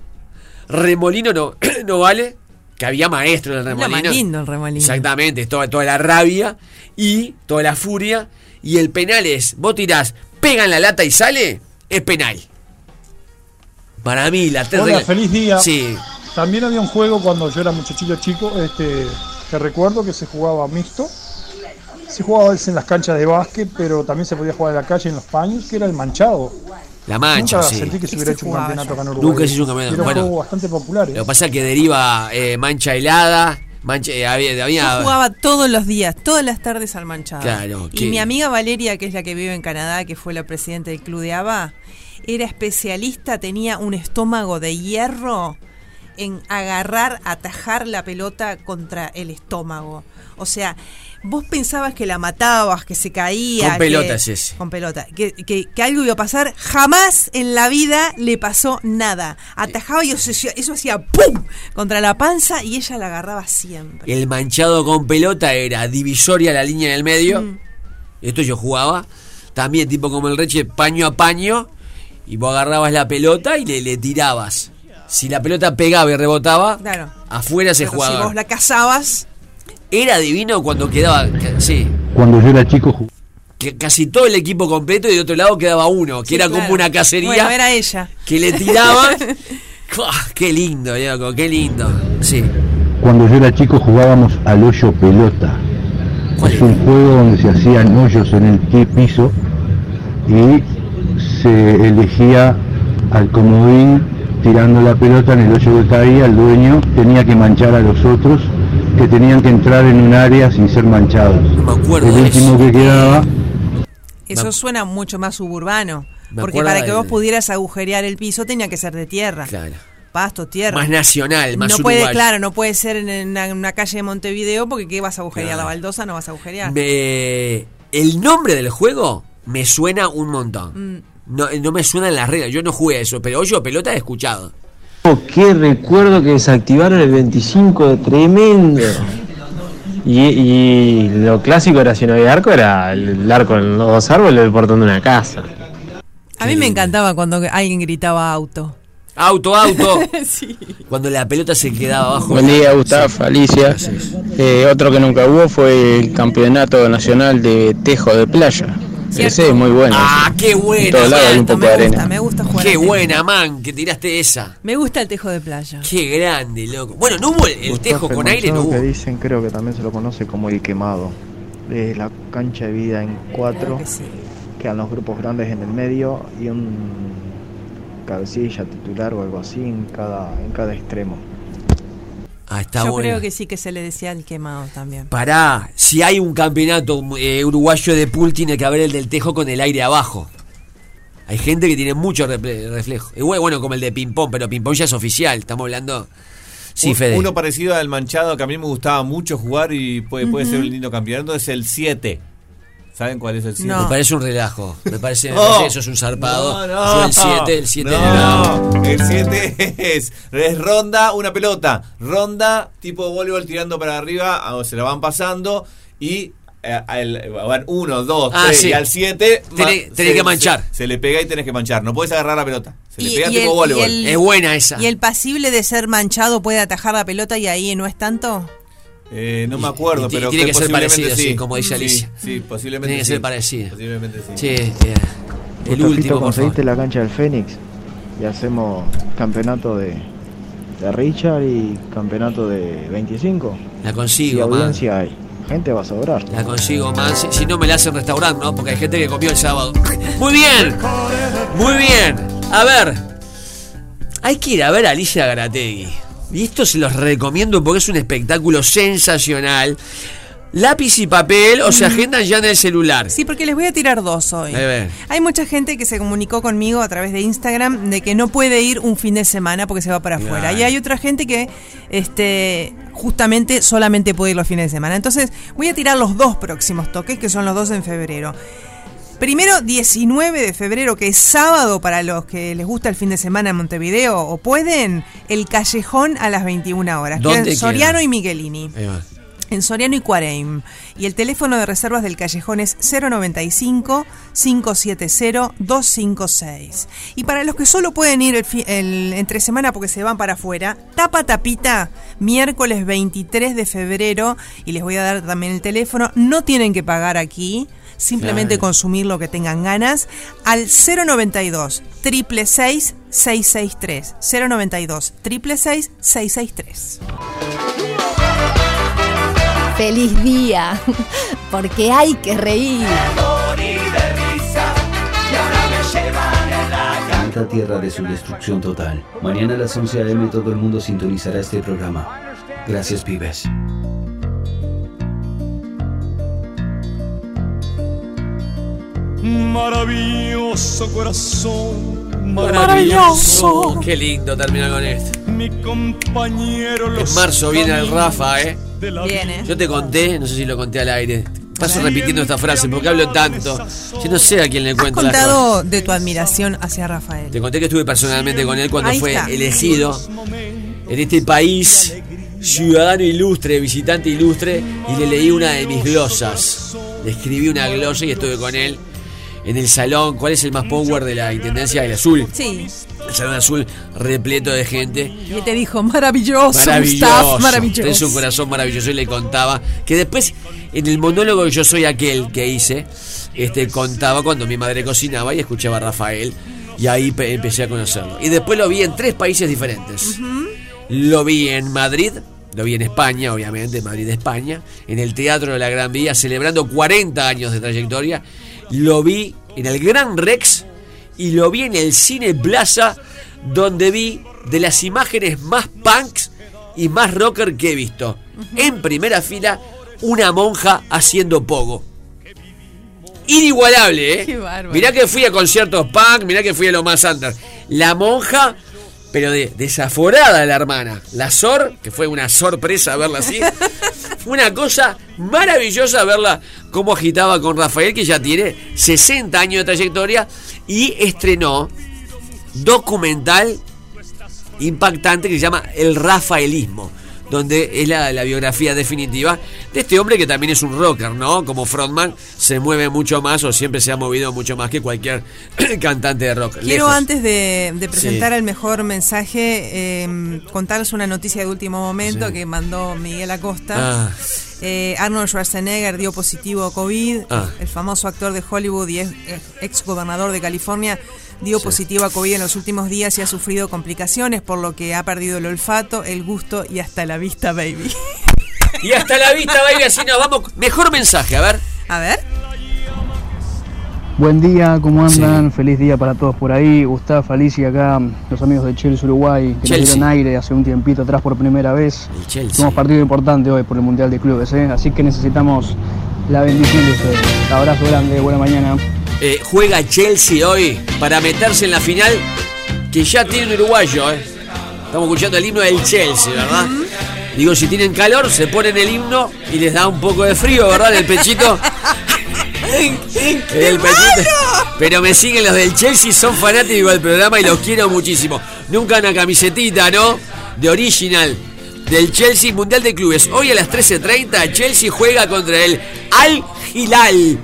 S3: Remolino no, no vale. Que había maestro en el
S8: Era
S3: remolino.
S8: más lindo el remolino.
S3: Exactamente, toda, toda la rabia y toda la furia. Y el penal es, vos tirás, pega en la lata y sale, es penal. Para mí, la
S9: Hola,
S3: regla-
S9: feliz día.
S3: Sí.
S9: También había un juego cuando yo era muchachillo chico, este, que recuerdo que se jugaba mixto. Se jugaba a veces en las canchas de básquet, pero también se podía jugar en la calle, en los paños, que era el manchado.
S3: La mancha,
S9: Nunca
S3: sí.
S9: sentí que se hubiera hecho un campeonato acá en Uruguay.
S3: Nunca se hizo un campeonato.
S9: Era un
S3: Bueno.
S9: juego bastante popular. ¿eh?
S3: Lo que pasa es que deriva eh, mancha helada, mancha, eh, había, había-
S8: Yo jugaba todos los días, todas las tardes al manchado.
S3: Claro,
S8: y
S3: que-
S8: mi amiga Valeria, que es la que vive en Canadá, que fue la presidenta del club de ABA, era especialista, tenía un estómago de hierro en agarrar, atajar la pelota contra el estómago. O sea, vos pensabas que la matabas, que se caía.
S3: Con
S8: que-
S3: pelotas ese.
S8: Con pelota. Que, que- que algo iba a pasar. Jamás en la vida le pasó nada. Atajaba y eso, eso hacía ¡pum! contra la panza y ella la agarraba siempre.
S3: el manchado con pelota era divisoria la línea del medio.
S8: Mm.
S3: Esto yo jugaba. También tipo como el reche, paño a paño. Y vos agarrabas la pelota y le, le tirabas. Si la pelota pegaba y rebotaba,
S8: Claro.
S3: afuera se
S8: Pero
S3: jugaba.
S8: si vos la cazabas.
S3: Era divino cuando quedaba. que- Sí.
S12: Cuando yo era chico ju-
S3: Que casi todo el equipo completo y de otro lado quedaba uno, que
S8: Sí,
S3: era
S8: claro.
S3: como una cacería.
S8: Bueno, era ella.
S3: que le tiraban. ¡Cuah! qué lindo, loco, qué lindo. Sí.
S12: cuando yo era chico jugábamos al hoyo pelota. Es un juego donde se hacían hoyos en el pie piso y se elegía al comodín tirando la pelota en el hoyo que caía, el dueño tenía que manchar a los otros que tenían que entrar en un área sin ser manchados.
S3: acuerdo
S12: el
S3: de
S12: último
S3: eso.
S12: que quedaba
S8: Eso
S12: Me-
S8: suena mucho más suburbano.
S3: Me
S8: Porque
S3: acuerdo
S8: para que vos
S3: del-
S8: pudieras agujerear el piso tenía que ser de tierra.
S3: Claro.
S8: Pasto, tierra.
S3: Más nacional, más
S8: no puede,
S3: uruguayo.
S8: claro, no puede ser en- en una, en una calle de Montevideo porque ¿qué vas a agujerear?
S3: Claro.
S8: La baldosa no vas a agujerear.
S3: Me- el nombre del juego me suena un montón.
S8: Mm.
S3: No, no me suenan las reglas, yo no jugué a eso, pero hoyo pelota he escuchado.
S15: Oh, qué recuerdo que desactivaron el 25, tremendo. Y, y lo clásico era si no había arco, era el, el arco en los dos árboles, el portón de una casa.
S8: A mí me encantaba cuando alguien gritaba auto.
S3: Auto, auto.
S8: sí.
S3: Cuando la pelota se quedaba abajo.
S13: Buen día, Gustavo, Alicia. Eh, otro que nunca hubo fue el campeonato nacional de tejo de playa. Ese es muy bueno.
S3: Ah, qué
S13: En
S3: buena.
S13: todos lados hay un
S3: Alto,
S13: poco de arena.
S8: Me gusta jugar.
S3: Qué
S8: al tejo.
S3: buena, man, que tiraste esa.
S8: Me gusta el tejo de playa.
S3: Qué grande, loco. Bueno, no hubo el, el tejo
S24: Gustavo
S3: con aire, no
S24: Machado,
S3: hubo.
S24: que dicen, creo que también se lo conoce como el quemado. Es la cancha de vida en cuatro,
S8: que sí.
S24: quedan los grupos grandes en el medio y un cabecilla titular o algo así en cada, en cada extremo.
S3: Ah, está
S8: Yo
S3: bueno.
S8: creo que sí que se le decía el quemado también.
S3: Pará, si hay un campeonato eh, uruguayo de pool, tiene que haber el del tejo con el aire abajo. Hay gente que tiene mucho reple- reflejo. Igual, bueno, como el de ping-pong, pero ping-pong ya es oficial. Estamos hablando. Sí,
S14: Un-
S3: Fede.
S14: Uno parecido al manchado que a mí me gustaba mucho jugar y puede, puede ser un lindo campeonato es el 7. ¿Saben cuál es el 7?
S3: Me parece un relajo. Me parece, me
S14: Oh.
S3: parece que sos un zarpado. Yo el 7, el 7 de verdad.
S14: No, el 7 es, es ronda, una pelota. Ronda, tipo voleibol tirando para arriba, ah, se la van pasando y. eh, al- Van 1, 2,
S3: Ah,
S14: 3
S3: sí.
S14: y al 7
S3: Tenés- tenés que manchar.
S14: Se, le pega y tenés que manchar. No podés agarrar la pelota. Se le
S8: Y-
S14: pega
S8: y
S14: tipo
S8: el- y
S14: voleibol.
S8: el- Es
S3: buena esa.
S8: ¿Y el pasible de ser manchado puede atajar la pelota y ahí no es tanto?
S14: Eh, no me acuerdo,
S3: Y ti-
S14: pero
S3: tiene que ser
S14: posiblemente
S3: parecido, sí, como dice Alicia.
S14: Sí, posiblemente
S3: Tiene que ser
S14: sí.
S3: parecido.
S14: Posiblemente sí.
S3: Che, eh, el
S24: Gustafito,
S3: último, por favor.
S24: conseguiste la cancha del Fénix y hacemos campeonato de, de Richard y campeonato de 25.
S3: La consigo,
S24: Y
S3: man.
S24: audiencia hay. Gente va a sobrar.
S3: La consigo más. Si, si no me la hacen restaurar, ¿no? Porque hay gente que comió el sábado. Muy bien. Muy bien. A ver. Hay que ir a ver a Alicia Garategui. Y esto se los recomiendo porque es un espectáculo sensacional. Lápiz y papel o se agendan ya en el celular.
S8: Sí, porque les voy a tirar dos hoy.
S3: A ver.
S8: Hay mucha gente que se comunicó conmigo a través de Instagram de que no puede ir un fin de semana porque se va para afuera.
S3: Claro.
S8: Y hay otra gente que este, justamente solamente puede ir los fines de semana. Entonces voy a tirar los dos próximos toques, que son los dos en febrero. Primero, 19 de febrero, que es sábado para los que les gusta el fin de semana en Montevideo, o pueden, el Callejón a las 21 horas. que
S3: ¿Dónde
S8: es Soriano
S3: queda?
S8: y Miguelini.
S3: Ahí va.
S8: En Soriano y Cuareim. Y el teléfono de reservas del callejón es 095-570-256. Y para los que solo pueden ir el fi- el- entre semana porque se van para afuera, tapa tapita, miércoles 23 de febrero. Y les voy a dar también el teléfono. No tienen que pagar aquí. Simplemente
S17: Claro.
S8: consumir lo que tengan ganas al 092 666 663 092 666 663
S2: Feliz día, porque hay que reír.
S18: Planeta Tierra de su destrucción total. Mañana a las 11 a.m. todo el mundo sintonizará este programa. Gracias, pibes.
S25: Maravilloso corazón,
S3: Maravilloso.
S25: maravilloso.
S3: Oh, Qué lindo terminar con esto.
S25: Mi compañero los
S3: En marzo viene el
S25: caminos
S3: Rafa, ¿eh?
S25: de la vida.
S3: Yo te conté, no sé si lo conté al aire. Paso repitiendo esta frase porque hablo tanto. Yo no sé a quién le cuento las cosas.
S8: contado de tu admiración hacia Rafael.
S3: Te conté que estuve personalmente con él cuando
S8: Ahí
S3: fue
S8: está.
S3: elegido en este país, ciudadano ilustre, visitante ilustre, y le leí una de mis glosas. Le escribí una glosa y estuve con él en el salón. ¿Cuál es el más power de la Intendencia del Azul?
S8: Sí.
S3: El salón azul repleto de gente.
S8: Y te dijo, maravilloso,
S3: Maravilloso.
S8: Gustav,
S3: Tenés un
S8: maravilloso.
S3: corazón maravilloso y le contaba que después en el monólogo Yo soy aquel que hice, este contaba cuando mi madre cocinaba y escuchaba a Rafael y ahí pe- empecé a conocerlo. Y después lo vi en tres países diferentes. Lo vi en Madrid, lo vi en España, obviamente, Madrid, España, en el Teatro de la Gran Vía, celebrando 40 años de trayectoria. Lo vi en el Gran Rex y lo vi en el Cine Plaza, donde vi de las imágenes más punks y más rocker que he visto. En primera fila, una monja haciendo pogo. Inigualable, ¿eh?
S8: Qué bárbaro.
S3: Mirá que fui a conciertos punk, mirá que fui a lo más under. La monja, pero de, desaforada la hermana. La Sor, que fue una sorpresa verla así. fue una cosa maravillosa verla cómo agitaba con Rafael, que ya tiene 60 años de trayectoria. Y estrenó documental impactante que se llama El Rafaelismo donde es la, la biografía definitiva de este hombre que también es un rocker, ¿no? Como frontman se mueve mucho más o siempre se ha movido mucho más que cualquier cantante de rock.
S8: Quiero
S3: Lejos.
S8: antes de, de presentar
S3: Sí.
S8: el mejor mensaje eh, contarles una noticia de último momento
S3: Sí.
S8: que mandó Miguel Acosta.
S3: Ah.
S8: Eh, Arnold Schwarzenegger dio positivo a COVID.
S3: Ah.
S8: El famoso actor de Hollywood y ex, ex gobernador de California dio
S3: Sí.
S8: positivo a COVID en los últimos días y ha sufrido complicaciones por lo que ha perdido el olfato, el gusto y hasta la vista, baby.
S3: Y hasta la vista, baby, así nos vamos. Mejor mensaje, a ver.
S8: A ver.
S19: Buen día, ¿cómo andan? Feliz día para todos por ahí. Gustavo, Alicia acá, los amigos de Chelsea Uruguay, que
S3: Chelsea.
S19: nos dieron aire hace un tiempito atrás por primera vez. Tenemos partido importante hoy por el Mundial de Clubes, ¿eh? así que necesitamos la bendición de ustedes. Abrazo grande, buena mañana.
S3: Eh, juega Chelsea hoy para meterse en la final que ya tiene un uruguayo. eh. Estamos escuchando el himno del Chelsea, ¿verdad? Digo, si tienen calor, se ponen el himno y les da un poco de frío, ¿verdad? En El pechito. En el pechito. Pero me siguen los del Chelsea, son fanáticos del programa y los quiero muchísimo. Nunca una camisetita, ¿no? De original. Del Chelsea Mundial de Clubes. Hoy a las 13.30 Chelsea juega contra el Al Hilal.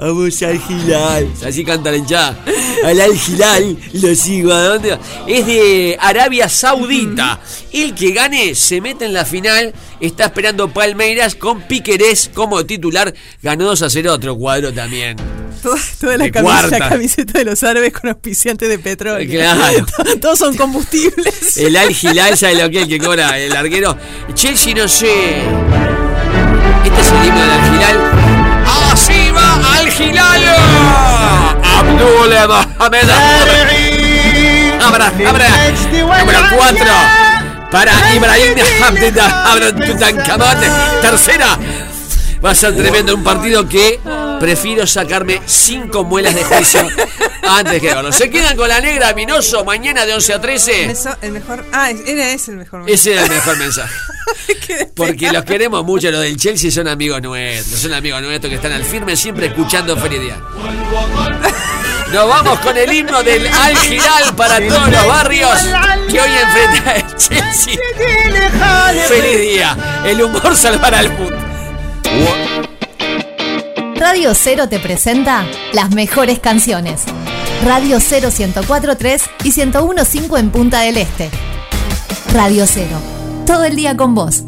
S3: Vamos al Gilal. Así canta la hinchada. Al Al Gilal lo sigo. ¿A dónde va? Es de Arabia Saudita. El que gane se mete en la final. Está esperando Palmeiras con Piquerés como titular. Ganó 2 a 0 otro cuadro también.
S8: Toda, toda la
S3: De
S8: camisa,
S3: cuarta.
S8: camiseta de los árabes con auspiciantes de petróleo.
S3: Claro. Eh.
S8: Todos son combustibles.
S3: El Al Hilal, ¿sabes lo que es el que cobra? El larguero. Chelsea, no sé. Este es el himno del Al Hilal. ¡Así va Al Hilal! Abdul Mohamed Abra, abra. Número 4. Para Ibrahim Hamdita. Abran Tutankamón. Tercera. Va a ser tremendo un partido que prefiero sacarme cinco muelas de juicio antes que verlo. Se quedan con la negra Minoso mañana de 11 a 13.
S8: Eso, el mejor. Ah, es- era ese el mejor.
S3: Ese era el mejor mensaje. Porque los queremos mucho, los del Chelsea son amigos nuestros, son amigos nuestros que están al firme siempre escuchando Feliz Día. Nos vamos con el himno del Al Giral para todos los barrios que hoy enfrenta el Chelsea. Feliz día. El humor salvará al mundo.
S2: Radio Cero te presenta las mejores canciones. Radio Cero 104.3 y 101.5 en Punta del Este. Radio Cero. Todo el día con vos.